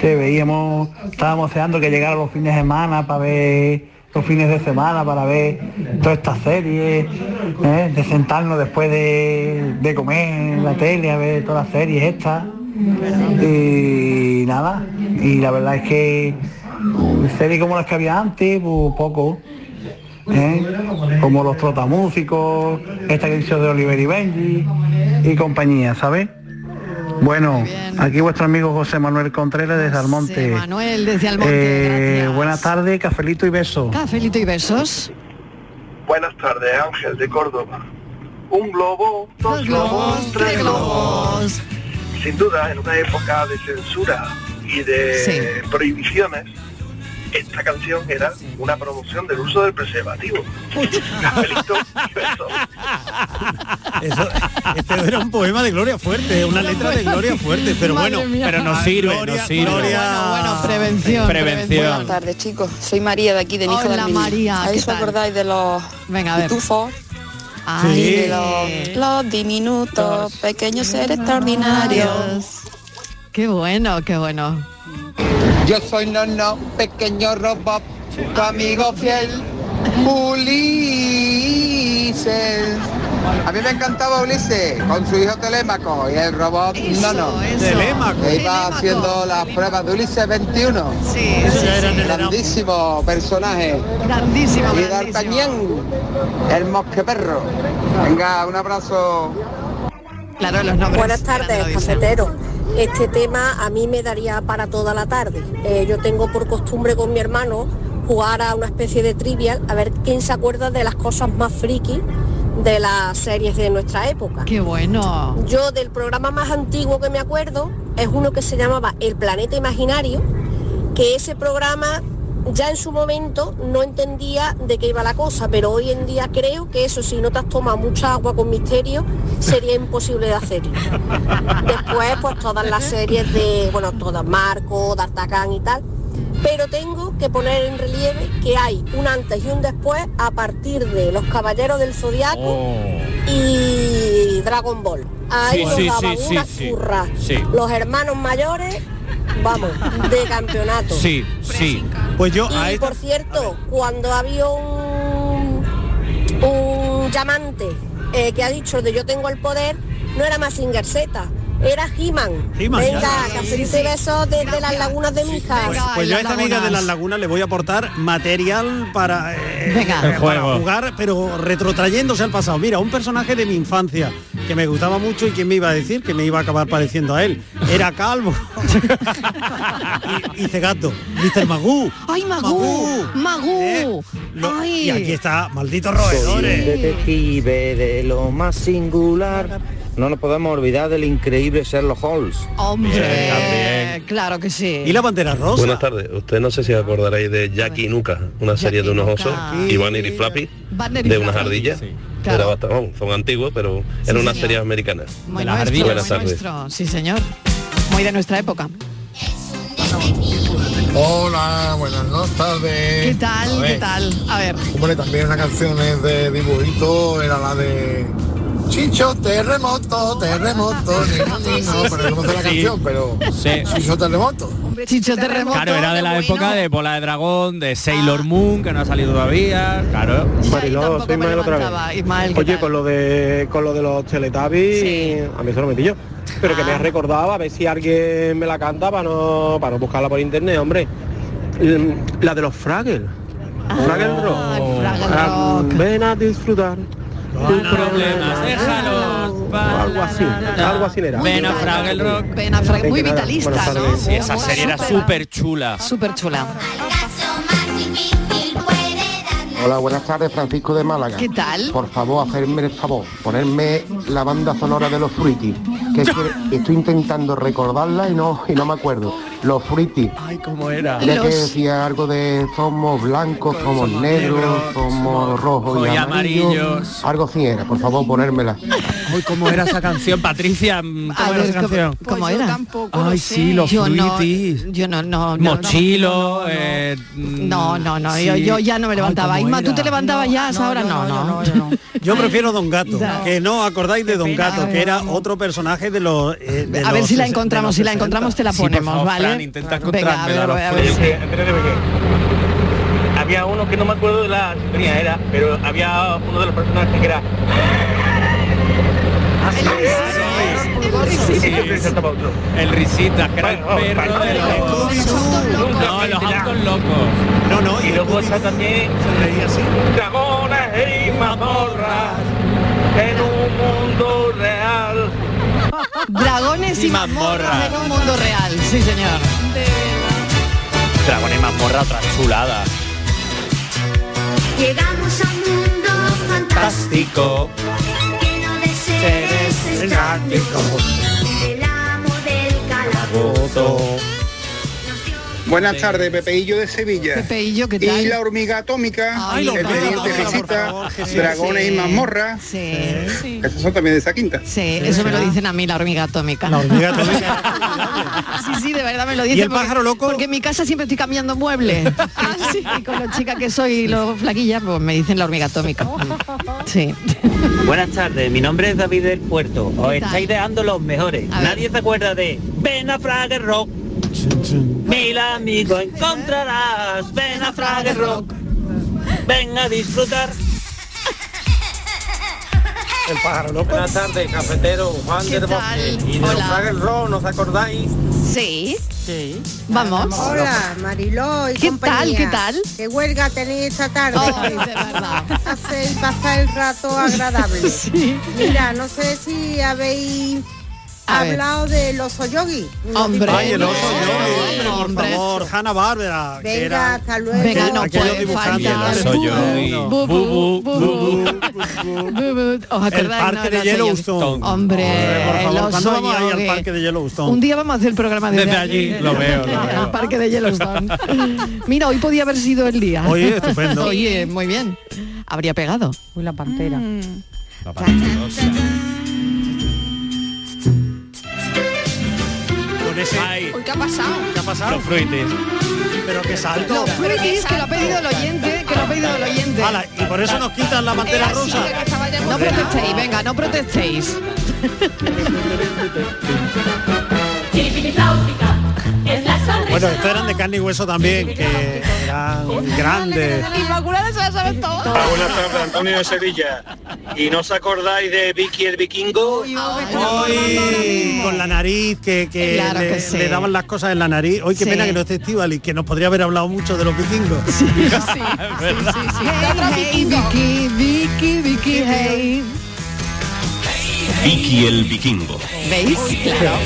[SPEAKER 14] que veíamos, estábamos deseando que llegara los fines de semana para ver los fines de semana para ver toda esta serie, ¿eh? de sentarnos después de, de comer en la tele a ver todas las series estas y nada y la verdad es que series como las que había antes pues poco ¿eh? como los trotamúsicos esta que hizo de Oliver y Benji y compañía ¿sabes? bueno aquí vuestro amigo José Manuel Contreras desde Almonte
[SPEAKER 3] Manuel, desde Almonte.
[SPEAKER 14] Eh, buenas tardes cafelito y beso
[SPEAKER 3] Cafelito y besos.
[SPEAKER 11] Buenas tardes, Ángel de Córdoba. Un globo, dos globos, tres globos. Sin duda, en una época de censura y de prohibiciones, esta canción era una promoción del uso del preservativo. Cafelito y besos.
[SPEAKER 4] Eso- este era un poema de Gloria Fuerte, una letra de Gloria Fuerte, pero
[SPEAKER 5] Madre
[SPEAKER 4] bueno,
[SPEAKER 5] mía. Pero nos sirve, nos sirve.
[SPEAKER 4] bueno,
[SPEAKER 3] Ah, prevención,
[SPEAKER 5] Prevención.
[SPEAKER 6] Buenas tardes, chicos. Soy María de aquí, de Nico
[SPEAKER 3] Hola,
[SPEAKER 6] de Almería.
[SPEAKER 3] María,
[SPEAKER 6] ¿Ahí
[SPEAKER 3] ¿qué
[SPEAKER 6] os
[SPEAKER 3] tal?
[SPEAKER 6] acordáis de los
[SPEAKER 3] Venga, a ver. Ah,
[SPEAKER 6] pitufos?
[SPEAKER 3] Ay.
[SPEAKER 6] Y de los, los diminutos, pequeños seres extraordinarios.
[SPEAKER 3] Qué bueno, qué bueno.
[SPEAKER 18] Yo soy Nono, pequeño robot, tu amigo fiel, Ulises. A mí me encantaba Ulises con su hijo Telémaco y el robot
[SPEAKER 4] Eso,
[SPEAKER 18] Nono.
[SPEAKER 4] eso. Telémaco.
[SPEAKER 18] Que iba haciendo las pruebas de Ulises 21. Sí, Grandísimo personaje.
[SPEAKER 3] Grandísimo,
[SPEAKER 18] Y D'Artagnan, el mosqueperro. Venga, un abrazo.
[SPEAKER 3] Claro, los
[SPEAKER 18] nombres Buenas tardes, cafetero.
[SPEAKER 11] Este tema a mí me daría para toda la tarde. Eh, yo tengo por costumbre con mi hermano jugar a una especie de trivial a ver quién se acuerda de las cosas más friki de las series de nuestra época.
[SPEAKER 3] Qué bueno.
[SPEAKER 11] Yo del programa más antiguo que me acuerdo es uno que se llamaba El Planeta Imaginario, que ese programa ya en su momento no entendía de qué iba la cosa, pero hoy en día creo que eso, si no te has tomado mucha agua con misterio, sería imposible de hacer. Después, pues todas las series de, bueno, todas, Marco, D'Artagnan y tal, pero tengo que poner en relieve que hay un antes y un después a partir de Los Caballeros del Zodiaco y Dragon Ball. Ahí
[SPEAKER 12] Oh. Sí,
[SPEAKER 11] nos
[SPEAKER 12] sí,
[SPEAKER 11] daban
[SPEAKER 12] sí, sí,
[SPEAKER 11] una
[SPEAKER 12] sí.
[SPEAKER 11] curra.
[SPEAKER 12] Sí.
[SPEAKER 11] Los hermanos mayores, vamos, de campeonato.
[SPEAKER 5] Sí, sí.
[SPEAKER 4] Pues yo a
[SPEAKER 11] Y
[SPEAKER 4] esta-
[SPEAKER 11] por cierto, cuando había un, un llamante eh, que ha dicho de yo tengo el poder, no era más Z, era He-Man.
[SPEAKER 4] He-Man,
[SPEAKER 11] Venga,
[SPEAKER 4] ya.
[SPEAKER 11] cafelito y besos desde las lagunas de Mijas.
[SPEAKER 4] Pues yo a esta amiga de las lagunas le voy a aportar material para, eh,
[SPEAKER 11] Venga.
[SPEAKER 4] para
[SPEAKER 5] El juego.
[SPEAKER 4] jugar, pero retrotrayéndose al pasado. Mira, un personaje de mi infancia que me gustaba mucho y que me iba a decir que me iba a acabar pareciendo a él. Era calvo. y, y cegato. Mr. Magoo.
[SPEAKER 3] ¡Ay, Magú! ¡Magú!
[SPEAKER 4] Lo-
[SPEAKER 3] ¡Ay!
[SPEAKER 4] y aquí está, malditos
[SPEAKER 24] Soy un
[SPEAKER 4] roedores.
[SPEAKER 24] detective de lo más singular. No nos podemos olvidar del increíble Sherlock Holmes.
[SPEAKER 3] Hombre, claro que sí.
[SPEAKER 4] bandera rosa.
[SPEAKER 13] Buenas tardes. Ustedes no sé si acordaréis de Jackie y Nuka, una serie de unos osos, y Banner y Flappy,
[SPEAKER 3] Banner y
[SPEAKER 13] de unas
[SPEAKER 3] Flappy,
[SPEAKER 13] ardillas.
[SPEAKER 3] Claro.
[SPEAKER 13] Era bastante- vamos, son antiguos, pero eran una serie americana.
[SPEAKER 3] Muy nuestro,
[SPEAKER 13] Buenas
[SPEAKER 3] muy
[SPEAKER 13] tardes.
[SPEAKER 3] nuestro. Sí, señor. Muy de nuestra época.
[SPEAKER 14] Hola, buenas no- tardes.
[SPEAKER 3] ¿Qué tal?
[SPEAKER 14] A ver,
[SPEAKER 3] ¿Qué tal? A ver.
[SPEAKER 14] Hombre, también las canciones de dibujito era la de Chicho, terremoto, terremoto, no, no, pero no sé la
[SPEAKER 5] Sí.
[SPEAKER 14] canción, pero
[SPEAKER 5] Sí.
[SPEAKER 14] Chicho terremoto.
[SPEAKER 3] Chicho Terremoto.
[SPEAKER 5] Claro, era de la época de Bola de Dragón, de Sailor Moon, que no ha salido todavía, claro.
[SPEAKER 24] Mariló, soy Ismael otra
[SPEAKER 3] levantaba,
[SPEAKER 24] vez. Oye, con lo de con lo de los Teletubbies, a mí eso lo metí yo. Pero
[SPEAKER 3] Ah.
[SPEAKER 24] que me has recordado, a ver si alguien me la canta para no, para no buscarla por internet, hombre. Mm, La de los Fraggle. Fraggle Rock. Ah, Ven a disfrutar. Tus problemas, déjalo. Algo así, algo así era.
[SPEAKER 5] Ven a Fraggle Rock.
[SPEAKER 3] Ben Affleck, muy vitalista, ¿no?
[SPEAKER 5] Sí, esa serie era súper chula.
[SPEAKER 3] Súper chula.
[SPEAKER 15] Hola, buenas tardes, Francisco de Málaga.
[SPEAKER 3] ¿Qué tal?
[SPEAKER 15] Por favor, hacerme el favor, ponerme la banda sonora de los Fruity, que es que estoy intentando recordarla y no y no me acuerdo. Los Fruity.
[SPEAKER 5] Ay, cómo era.
[SPEAKER 15] Ya que decía algo de somos blancos, somos, negros, somos rojos y,
[SPEAKER 5] y
[SPEAKER 15] amarillos.
[SPEAKER 5] amarillos.
[SPEAKER 15] Algo así era, por favor, ponérmela.
[SPEAKER 5] Uy, cómo era esa canción, Patricia. mm, ¿Cómo
[SPEAKER 3] A
[SPEAKER 5] era
[SPEAKER 3] ver,
[SPEAKER 5] esa
[SPEAKER 3] ¿cómo-
[SPEAKER 5] canción?
[SPEAKER 3] ¿Cómo era?
[SPEAKER 5] Ay, sí, los
[SPEAKER 3] yo no,
[SPEAKER 5] fruitis.
[SPEAKER 3] yo no, no, no,
[SPEAKER 5] Mochilo, eh, mm,
[SPEAKER 3] No, no, no, yo,
[SPEAKER 5] sí.
[SPEAKER 3] yo ya no me
[SPEAKER 5] Ay,
[SPEAKER 3] levantaba.
[SPEAKER 5] cómo
[SPEAKER 3] Isma, tú
[SPEAKER 5] era.
[SPEAKER 3] te levantabas ya, ahora no, no.
[SPEAKER 4] Yo prefiero Don Gato,
[SPEAKER 3] No.
[SPEAKER 4] que no acordáis de Don Gato, que era otro personaje de los... eh, de
[SPEAKER 3] A ver
[SPEAKER 4] los
[SPEAKER 3] si la
[SPEAKER 4] sesen- de
[SPEAKER 3] encontramos,
[SPEAKER 4] los
[SPEAKER 3] si la
[SPEAKER 4] 60.
[SPEAKER 3] encontramos te la ponemos, ¿vale? Venga, a ver, voy a ver. si-
[SPEAKER 17] Había uno que no me acuerdo de la sintonía era, pero había uno de los personajes que era.
[SPEAKER 5] El risita, que era el perro de los... No, los autos locos.
[SPEAKER 4] No, no, y
[SPEAKER 17] luego está también... Se reía así. Dragones y mazmorras en un mundo real.
[SPEAKER 3] Dragones y,
[SPEAKER 17] Y
[SPEAKER 3] mazmorras
[SPEAKER 17] mazmorras.
[SPEAKER 3] en un mundo real, sí señor.
[SPEAKER 5] Dragones mazmorra, otra chulada.
[SPEAKER 26] Llegamos a un mundo
[SPEAKER 5] Fantástico.
[SPEAKER 26] lleno de seres extraños. El amo del calabozo.
[SPEAKER 27] Buenas tardes, Pepeillo de Sevilla.
[SPEAKER 3] Pepeillo, ¿qué tal?
[SPEAKER 27] Y la hormiga atómica,
[SPEAKER 3] Ay, la
[SPEAKER 27] el
[SPEAKER 3] hormiga
[SPEAKER 27] teniente
[SPEAKER 3] atómica,
[SPEAKER 27] Jesita, dragones
[SPEAKER 3] Sí.
[SPEAKER 27] y mazmorra.
[SPEAKER 3] Sí.
[SPEAKER 27] Esos son también de esa quinta.
[SPEAKER 3] Sí, eso me lo dicen a mí, la hormiga atómica. La
[SPEAKER 4] hormiga
[SPEAKER 3] atómica. sí, sí, de verdad me lo
[SPEAKER 4] ¿Y
[SPEAKER 3] dicen.
[SPEAKER 4] el pájaro
[SPEAKER 3] loco? Porque en mi casa siempre estoy cambiando muebles. Y con lo chica que soy y lo flaquilla, pues me dicen la hormiga atómica. Sí.
[SPEAKER 28] Buenas tardes, mi nombre es David del Puerto. Os
[SPEAKER 3] ¿Qué tal?
[SPEAKER 28] estáis dejando los mejores. Nadie se acuerda de Ven a Frager Rock. Mil amigos encontrarás. Ven a Frager Rock. Ven a disfrutar.
[SPEAKER 29] El pájaro loco. Buenas tardes, cafetero Juan del Bosque. Y de los Fraggle Rock, ¿nos acordáis?
[SPEAKER 3] Sí. Sí. Vamos.
[SPEAKER 30] Hola, Mariló y
[SPEAKER 3] ¿Qué tal?
[SPEAKER 30] compañía.
[SPEAKER 3] ¿Qué tal? Oh,
[SPEAKER 30] Qué huelga tenéis esta tarde. Hacéis pasar el rato agradable.
[SPEAKER 3] Sí.
[SPEAKER 30] Mira, no sé si habéis
[SPEAKER 8] ha hablado del oso yogi.
[SPEAKER 3] Hombre.
[SPEAKER 4] Ay, el oso
[SPEAKER 3] no,
[SPEAKER 4] yogi, hombre, por
[SPEAKER 3] hombre.
[SPEAKER 4] favor, Hanna Bárbara. que
[SPEAKER 8] Venga,
[SPEAKER 4] era-
[SPEAKER 8] hasta luego.
[SPEAKER 3] Venga, no
[SPEAKER 4] aquellos
[SPEAKER 3] puede
[SPEAKER 4] dibujantes.
[SPEAKER 3] faltar.
[SPEAKER 4] El oso
[SPEAKER 3] Bu-
[SPEAKER 4] yogi.
[SPEAKER 3] bu- bu- ¿Os acordáis?
[SPEAKER 4] El
[SPEAKER 3] no?
[SPEAKER 4] parque de
[SPEAKER 3] oso yogi.
[SPEAKER 4] Yellowstone.
[SPEAKER 3] Hombre,
[SPEAKER 4] por
[SPEAKER 3] el
[SPEAKER 4] favor, ¿cuándo
[SPEAKER 3] oso
[SPEAKER 4] vamos a ir al
[SPEAKER 3] yogi.
[SPEAKER 4] parque de Yellowstone?
[SPEAKER 3] Un día vamos a hacer el programa desde,
[SPEAKER 4] Desde allí, lo veo, lo
[SPEAKER 3] Al parque de Yellowstone. Mira, hoy podía haber sido el día.
[SPEAKER 4] Oye, estupendo.
[SPEAKER 3] Oye, muy bien. Habría pegado. Mm.
[SPEAKER 8] Uy, la pantera.
[SPEAKER 4] Con ese...
[SPEAKER 3] Uy, ¿Qué ha pasado?
[SPEAKER 4] ¿Qué ha pasado?
[SPEAKER 5] Los fruitis.
[SPEAKER 4] Pero qué salto.
[SPEAKER 3] Los fruitis que lo ha pedido el oyente, que lo ha pedido el oyente.
[SPEAKER 4] Ala, y por eso nos quitan la bandera
[SPEAKER 3] Era así,
[SPEAKER 4] rosa.
[SPEAKER 3] que estaba ya No protestéis, venga, no protestéis.
[SPEAKER 4] Bueno, estos eran de carne y hueso también, que eran grandes.
[SPEAKER 3] Inmaculada se la sabe todo.
[SPEAKER 9] Buenas tardes, Antonio de Sevilla. ¿Y no os acordáis de Vicky el Vikingo?
[SPEAKER 4] Hoy con la nariz, que, que
[SPEAKER 9] Claro
[SPEAKER 4] le,
[SPEAKER 9] que sí.
[SPEAKER 4] le daban las cosas en la nariz. Hoy qué
[SPEAKER 9] Sí.
[SPEAKER 4] pena que no esté y que nos podría haber hablado mucho de los vikingos.
[SPEAKER 3] Hey, Vicky, Vicky, Vicky, hey.
[SPEAKER 17] Vicky el vikingo.
[SPEAKER 3] ¿Veis? Claro.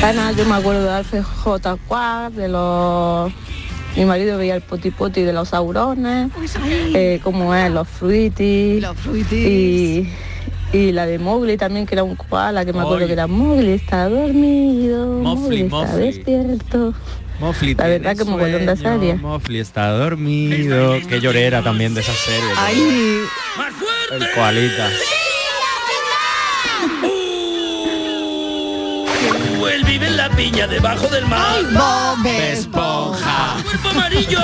[SPEAKER 13] Bueno, Pues yo me acuerdo de Alfred J. Quack, de los... Mi marido veía el potipoti de los saurones, eh, como es, los fruitis, y, y la de Mowgli también, que era un koala, que me acuerdo
[SPEAKER 5] Ay.
[SPEAKER 13] que era Mowgli, está dormido,
[SPEAKER 5] Mowgli,
[SPEAKER 13] Mowgli está
[SPEAKER 5] Mowgli.
[SPEAKER 13] despierto.
[SPEAKER 5] Mofli
[SPEAKER 13] La verdad que mogollón de serie.
[SPEAKER 5] Mofli está dormido. Qué llorera también de esa serie.
[SPEAKER 3] Ay.
[SPEAKER 5] El coalita.
[SPEAKER 9] Él vive en la piña debajo del mar.
[SPEAKER 3] Bob
[SPEAKER 9] Esponja. Cuerpo amarillo.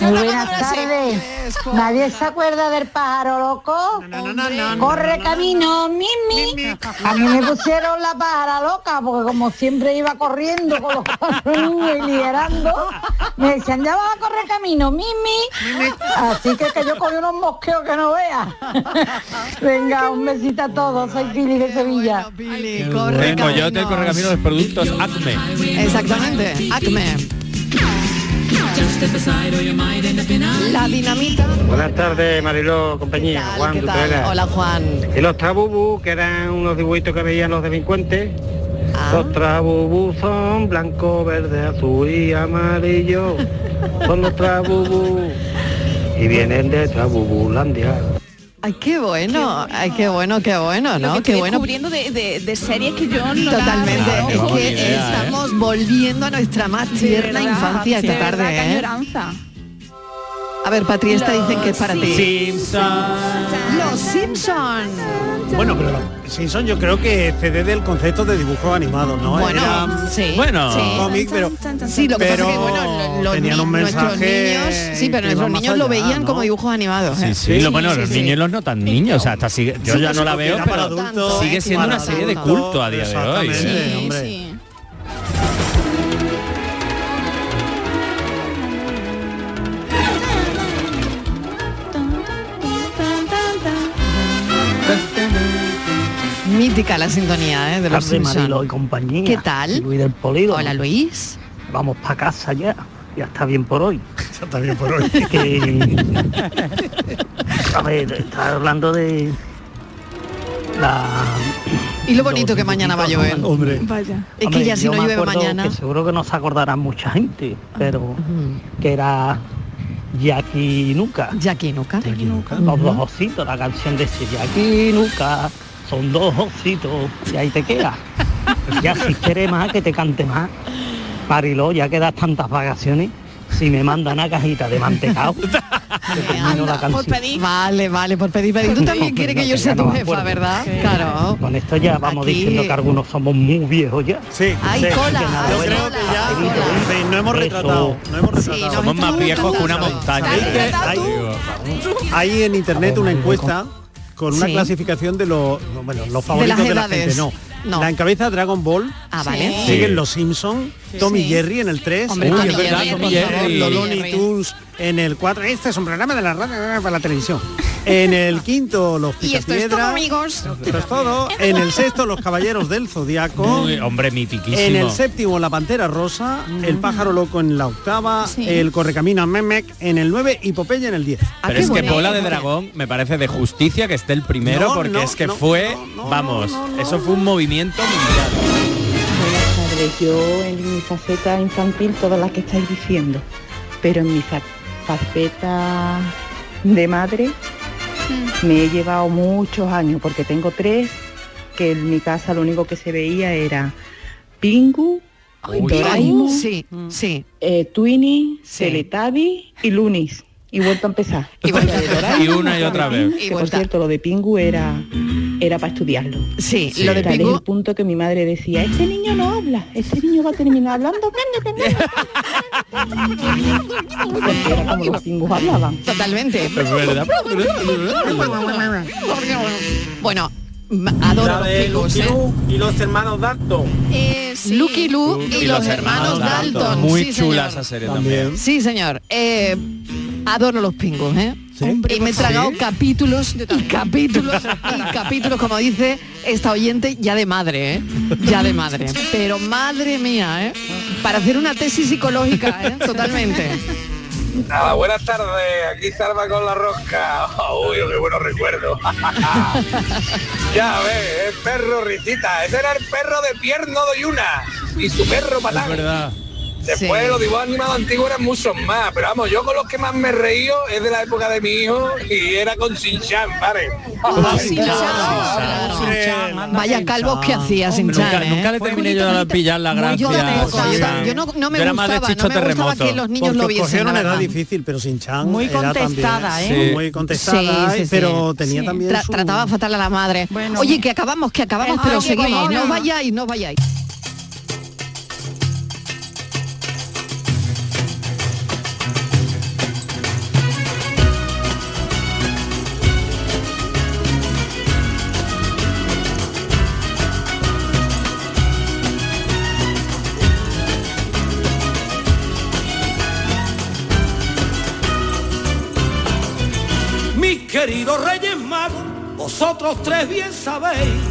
[SPEAKER 6] Muy buenas tardes. ¿Nadie se acuerda del pájaro loco? Corre camino, mimi. A mí me pusieron la pájara loca porque como siempre iba corriendo con los cuernos y liderando, me decían, ya vas a correr camino, mimi. Así que, que yo cogí unos mosqueos que no veas. Venga, un besito a todos. Soy Pili de Sevilla.
[SPEAKER 5] El coyote, el correcamino de los productos Acme.
[SPEAKER 3] Exactamente, Acme. La dinamita.
[SPEAKER 14] Buenas tardes, Mariló, compañía. Juan
[SPEAKER 3] ¿Qué tal?
[SPEAKER 14] Tutela.
[SPEAKER 3] Hola Juan.
[SPEAKER 14] Y los tabubú, que eran unos dibujitos que veían los delincuentes. Los trabubú son blanco, verde, azul y amarillo. Son los trabubú. Y vienen de Trabubulandia.
[SPEAKER 3] Ay, qué bueno, ay, qué bueno, qué
[SPEAKER 31] Lo
[SPEAKER 3] bueno,
[SPEAKER 31] que
[SPEAKER 3] ¿no? Qué
[SPEAKER 31] estoy
[SPEAKER 3] bueno.
[SPEAKER 31] descubriendo de, de- de series que yo no la-
[SPEAKER 3] Totalmente,
[SPEAKER 31] no,
[SPEAKER 3] es
[SPEAKER 31] ojo,
[SPEAKER 3] que
[SPEAKER 31] de
[SPEAKER 5] ¿eh?
[SPEAKER 3] estamos volviendo a nuestra más tierna
[SPEAKER 31] verdad,
[SPEAKER 3] infancia
[SPEAKER 31] de
[SPEAKER 3] esta
[SPEAKER 31] verdad,
[SPEAKER 3] tarde,
[SPEAKER 31] qué
[SPEAKER 3] ¿eh?
[SPEAKER 31] añoranza.
[SPEAKER 3] A ver, Patri, esta dicen que es para ti. Los
[SPEAKER 4] Los
[SPEAKER 3] Simpsons.
[SPEAKER 4] Bueno, pero los Simpson yo creo que cede del concepto de dibujos animados, ¿no?
[SPEAKER 3] Bueno, sí. Bueno. sí.
[SPEAKER 4] cómic, pero
[SPEAKER 3] Sí, lo que
[SPEAKER 4] Pero
[SPEAKER 3] pasa es que bueno, los
[SPEAKER 4] tenían
[SPEAKER 3] ni-
[SPEAKER 4] un
[SPEAKER 3] nuestros
[SPEAKER 4] mensaje
[SPEAKER 3] niños, sí,
[SPEAKER 4] que
[SPEAKER 3] pero
[SPEAKER 4] iba
[SPEAKER 3] nuestros
[SPEAKER 4] más
[SPEAKER 3] niños lo
[SPEAKER 4] allá,
[SPEAKER 3] veían
[SPEAKER 4] ¿no?
[SPEAKER 3] como dibujos animados.
[SPEAKER 5] Sí,
[SPEAKER 3] ¿eh?
[SPEAKER 5] sí, lo bueno, los
[SPEAKER 3] sí.
[SPEAKER 5] niños y los no tan niños, o sea, hasta sigue, yo
[SPEAKER 3] Sí,
[SPEAKER 5] ya no la
[SPEAKER 4] pues porque
[SPEAKER 5] veo,
[SPEAKER 4] era para
[SPEAKER 5] pero
[SPEAKER 4] adultos,
[SPEAKER 5] sigue siendo
[SPEAKER 4] para
[SPEAKER 5] una serie de
[SPEAKER 4] adultos,
[SPEAKER 5] culto a día de hoy.
[SPEAKER 4] exactamente,
[SPEAKER 5] ¿eh?
[SPEAKER 4] hombre.
[SPEAKER 3] ¿eh? Mítica la sintonía ¿eh? de los
[SPEAKER 32] Tarde, Mariló y
[SPEAKER 3] Simpsons.
[SPEAKER 32] compañía.
[SPEAKER 3] ¿Qué tal?
[SPEAKER 32] Luis del Polígono.
[SPEAKER 3] Hola Luis.
[SPEAKER 32] Vamos para casa ya. Ya está bien por hoy.
[SPEAKER 4] Ya está bien por hoy.
[SPEAKER 32] a ver, estás hablando de la...
[SPEAKER 3] Y lo bonito que mañana va a llover.
[SPEAKER 32] Hombre.
[SPEAKER 3] Vaya. Es que
[SPEAKER 32] Hombre,
[SPEAKER 3] ya si
[SPEAKER 32] yo
[SPEAKER 3] no
[SPEAKER 32] me
[SPEAKER 3] llueve
[SPEAKER 32] acuerdo
[SPEAKER 3] mañana. Ah.
[SPEAKER 32] que seguro que no se acordará mucha gente, pero que era Jackie Nuca.
[SPEAKER 3] Jackie Nuca.
[SPEAKER 32] Los dos ositos, la canción de ese Jackie Nuca. Son dos ositos y ahí te queda. ya si quieres más, que te cante más. Mariló, ya que das tantas vacaciones, si me manda una cajita de mantecao, te termino la canción.
[SPEAKER 3] Vale, vale, por pedir, pedir. Tú también quieres que yo sea tu jefa, ¿verdad? Claro.
[SPEAKER 32] Con esto ya vamos
[SPEAKER 3] Aquí-
[SPEAKER 32] diciendo que algunos somos muy viejos ya.
[SPEAKER 4] Sí,
[SPEAKER 3] Ay,
[SPEAKER 32] sí.
[SPEAKER 3] cola, ay,
[SPEAKER 4] Yo creo que ya sí, no hemos retratado. No hemos retratado.
[SPEAKER 5] Somos más viejos que una montaña.
[SPEAKER 4] ¿Sabéis que hay, hay en internet una encuesta con una
[SPEAKER 5] Sí.
[SPEAKER 4] clasificación de los bueno, los favoritos
[SPEAKER 5] las
[SPEAKER 4] de la, gente,
[SPEAKER 5] edades.
[SPEAKER 4] no.
[SPEAKER 5] No.
[SPEAKER 4] La encabeza Dragon Ball,
[SPEAKER 5] Ah, vale.
[SPEAKER 4] siguen
[SPEAKER 5] Sí.
[SPEAKER 4] los Simpson, Tommy Jerry en el 3.
[SPEAKER 3] Hombre, Tommy Jerry, por favor,
[SPEAKER 4] Los
[SPEAKER 3] Tommy
[SPEAKER 4] Looney
[SPEAKER 3] Jerry.
[SPEAKER 4] Tunes en el 4. Este es un programa de la radio para la televisión. En el quinto, los
[SPEAKER 3] Y esto es todo,
[SPEAKER 4] Picapiedra.
[SPEAKER 3] amigos.
[SPEAKER 4] Esto es todo. En el sexto, los Caballeros del Zodiaco.
[SPEAKER 5] Muy, hombre, mitiquísimo.
[SPEAKER 4] En el séptimo, la pantera rosa,
[SPEAKER 5] Mm.
[SPEAKER 4] el pájaro loco en la octava,
[SPEAKER 5] Sí.
[SPEAKER 4] el correcamino Memec en el 9 y Popeye en el 10.
[SPEAKER 5] Pero es que Bola de Dragón me parece de justicia que esté el primero
[SPEAKER 4] No,
[SPEAKER 5] porque
[SPEAKER 4] no,
[SPEAKER 5] es que
[SPEAKER 4] no,
[SPEAKER 5] fue, vamos, eso fue un movimiento mundial.
[SPEAKER 6] Buenas tardes, yo en mi faceta infantil, todas las que estáis diciendo, pero en mi fa- faceta de madre
[SPEAKER 3] Mm.
[SPEAKER 6] me he llevado muchos años, porque tengo tres, que en mi casa lo único que se veía era Pingu, Doraemon,
[SPEAKER 3] Sí, sí.
[SPEAKER 6] eh, Twinny, Teletubby y Lunis. Y vuelto a empezar. Y,
[SPEAKER 5] Y una y otra vez.
[SPEAKER 6] que, por cierto, lo de Pingu era era para estudiarlo.
[SPEAKER 3] Sí,
[SPEAKER 5] lo de
[SPEAKER 6] Tal es
[SPEAKER 5] Pingu-
[SPEAKER 6] el punto que mi madre decía, este niño no habla, este niño va a terminar hablando. pues Porque era como los pingus hablaban.
[SPEAKER 3] Totalmente.
[SPEAKER 5] Es verdad.
[SPEAKER 3] Bueno, m- adoro
[SPEAKER 29] La
[SPEAKER 3] los
[SPEAKER 29] de
[SPEAKER 3] picos,
[SPEAKER 29] Lucky
[SPEAKER 3] ¿eh?
[SPEAKER 29] Luke y los hermanos Dalton.
[SPEAKER 3] Lucky Lu y, los, hermanos Dalton.
[SPEAKER 5] Muy
[SPEAKER 3] sí,
[SPEAKER 5] chula
[SPEAKER 3] señor.
[SPEAKER 5] esa serie también.
[SPEAKER 3] Sí, señor. Eh, adoro los pingos, ¿eh? y me he
[SPEAKER 5] por
[SPEAKER 3] tragado
[SPEAKER 5] favor.
[SPEAKER 3] capítulos y capítulos y capítulos, como dice esta oyente, ya de madre, ¿eh? Ya de madre. Pero madre mía, ¿eh? Para hacer una tesis psicológica, ¿eh? Totalmente.
[SPEAKER 29] Nada, buenas tardes, aquí Salva con la rosca. Oh, Uy, qué buenos recuerdos. ya ves, el perro risita. Ese era el perro de pierno de Yuna y su perro patán. Después
[SPEAKER 9] Sí.
[SPEAKER 29] los dibujos animados antiguos eran muchos más, pero vamos, yo con los que más me he reído es de la época de mi hijo y era con Sinchan, ¿vale?
[SPEAKER 3] Ah, Vaya calvos que hacía sin ¿eh?
[SPEAKER 5] Nunca, nunca le terminé yo de pillar la gracia.
[SPEAKER 3] yo tampoco,
[SPEAKER 5] a
[SPEAKER 3] yo
[SPEAKER 5] Sinchan.
[SPEAKER 3] ta- yo no- no me
[SPEAKER 5] era más de
[SPEAKER 3] gustaba,
[SPEAKER 5] chicho
[SPEAKER 3] no me gustaba
[SPEAKER 5] terremoto.
[SPEAKER 3] que los niños lo
[SPEAKER 4] Porque os
[SPEAKER 3] viesen,
[SPEAKER 4] cogieron
[SPEAKER 3] la
[SPEAKER 4] una edad
[SPEAKER 3] verdad.
[SPEAKER 4] difícil, pero sin chan.
[SPEAKER 3] Muy
[SPEAKER 4] era también-
[SPEAKER 3] contestada, ¿eh?
[SPEAKER 4] Sí, Muy contestada,
[SPEAKER 3] Sí, sí, sí.
[SPEAKER 4] pero tenía
[SPEAKER 3] Sí.
[SPEAKER 4] también
[SPEAKER 3] Tra-
[SPEAKER 4] su-
[SPEAKER 3] Trataba fatal a la madre. Oye, que acabamos, que acabamos,
[SPEAKER 10] El
[SPEAKER 3] pero
[SPEAKER 10] Pinky
[SPEAKER 3] seguimos.
[SPEAKER 10] Bonbon.
[SPEAKER 3] No vayáis, no vayáis.
[SPEAKER 9] Mis queridos reyes magos, vosotros tres bien sabéis.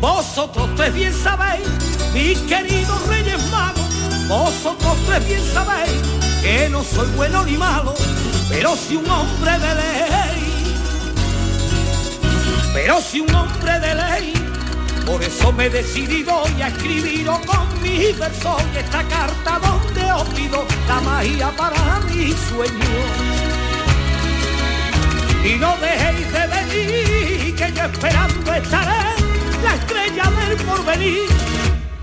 [SPEAKER 9] Vosotros tres bien sabéis, mis queridos reyes magos, vosotros tres bien sabéis que no soy bueno ni malo, pero si un hombre de ley. Pero si un hombre de ley, por eso me he decidido y a escribiros con mis versos esta carta donde os pido la magia para mi sueño y no dejéis de venir, que yo esperando estaré la estrella del porvenir,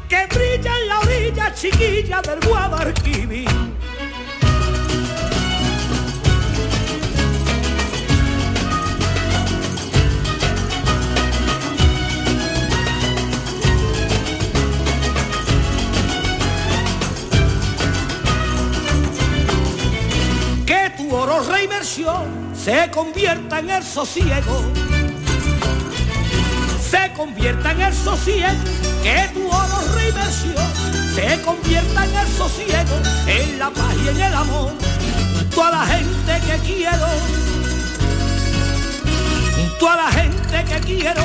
[SPEAKER 9] que brilla en la orilla chiquilla del Guadalquivir. que tu oro reinversión se convierta en el sosiego. Se convierta en el sosiego, que tu oro reinversión se convierta en el sosiego, en la paz y en el amor, toda la gente que quiero, toda la gente que quiero,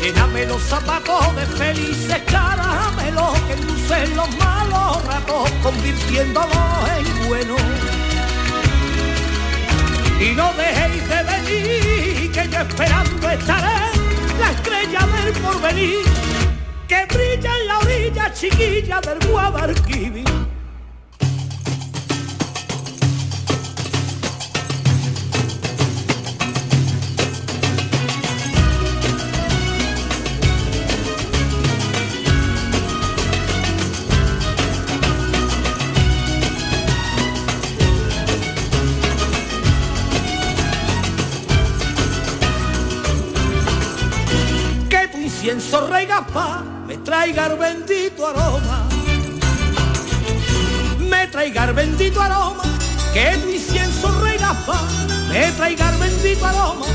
[SPEAKER 9] y lléname los zapatos de felices caramelos que lucen los malos ratos, convirtiéndolos en buenos y no dejéis de venir, que yo esperando estaré la estrella del porvenir, que brilla en la orilla chiquilla del Guadalquivir. que tu incienso rey Gaspar me traiga el bendito aroma. Me traiga el bendito aroma, que tu incienso rey Gaspar me traiga el bendito aroma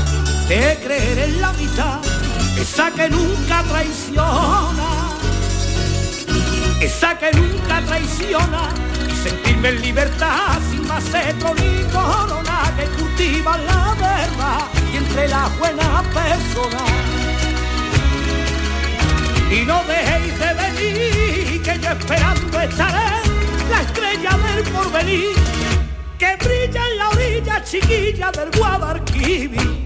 [SPEAKER 9] de creer en la mitad, esa que nunca traiciona. esa que nunca traiciona y sentirme en libertad sin macetro ni corona que cultiva la verdad y entre las buenas personas. Y no dejéis de venir, que yo esperando estaré la estrella del porvenir que brilla en la orilla chiquilla del Guadalquivir.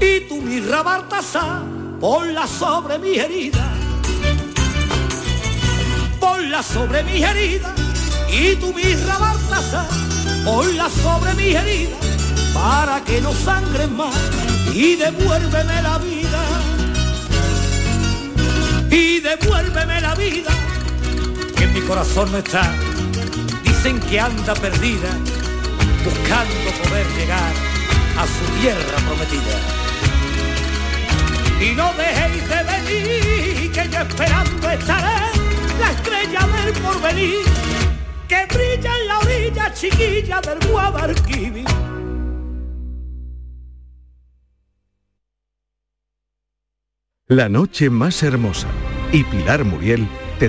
[SPEAKER 9] Y tú mi rabartaza, ponla sobre mi herida. Ponla sobre mi herida. Y tú mi rabartaza, ponla sobre mi herida. Para que no sangre más y devuélveme la vida. Y devuélveme la vida, que en mi corazón no está. Dicen que anda perdida, buscando poder llegar a su tierra prometida y no dejéis de venir, que yo esperando estaré la estrella del porvenir, que brilla en la orilla chiquilla del Guadalquivir.
[SPEAKER 7] La noche más hermosa y Pilar Muriel te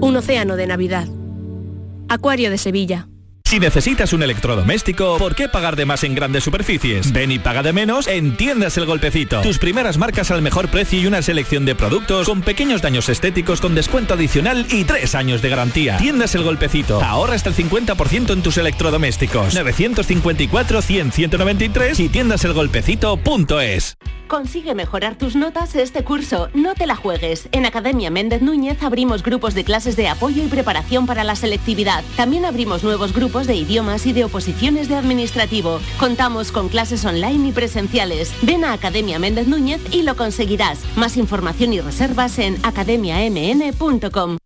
[SPEAKER 14] Un océano de Navidad. Acuario de Sevilla.
[SPEAKER 17] Si necesitas un electrodoméstico, ¿por qué pagar de más en grandes superficies? Ven y paga de menos en Tiendas El Golpecito. Tus primeras marcas al mejor precio y una selección de productos con pequeños daños estéticos con descuento adicional y tres años de garantía. Tiendas El Golpecito. Ahorra hasta el 50% en tus electrodomésticos. 954-100-193 y tiendaselgolpecito.es.
[SPEAKER 12] Consigue mejorar tus notas este curso. No te la juegues. En Academia Méndez Núñez abrimos grupos de clases de apoyo y preparación para la selectividad. También abrimos nuevos grupos de idiomas y de oposiciones de administrativo. Contamos con clases online y presenciales. Ven a Academia Méndez Núñez y lo conseguirás. Más información y reservas en academiamn.com.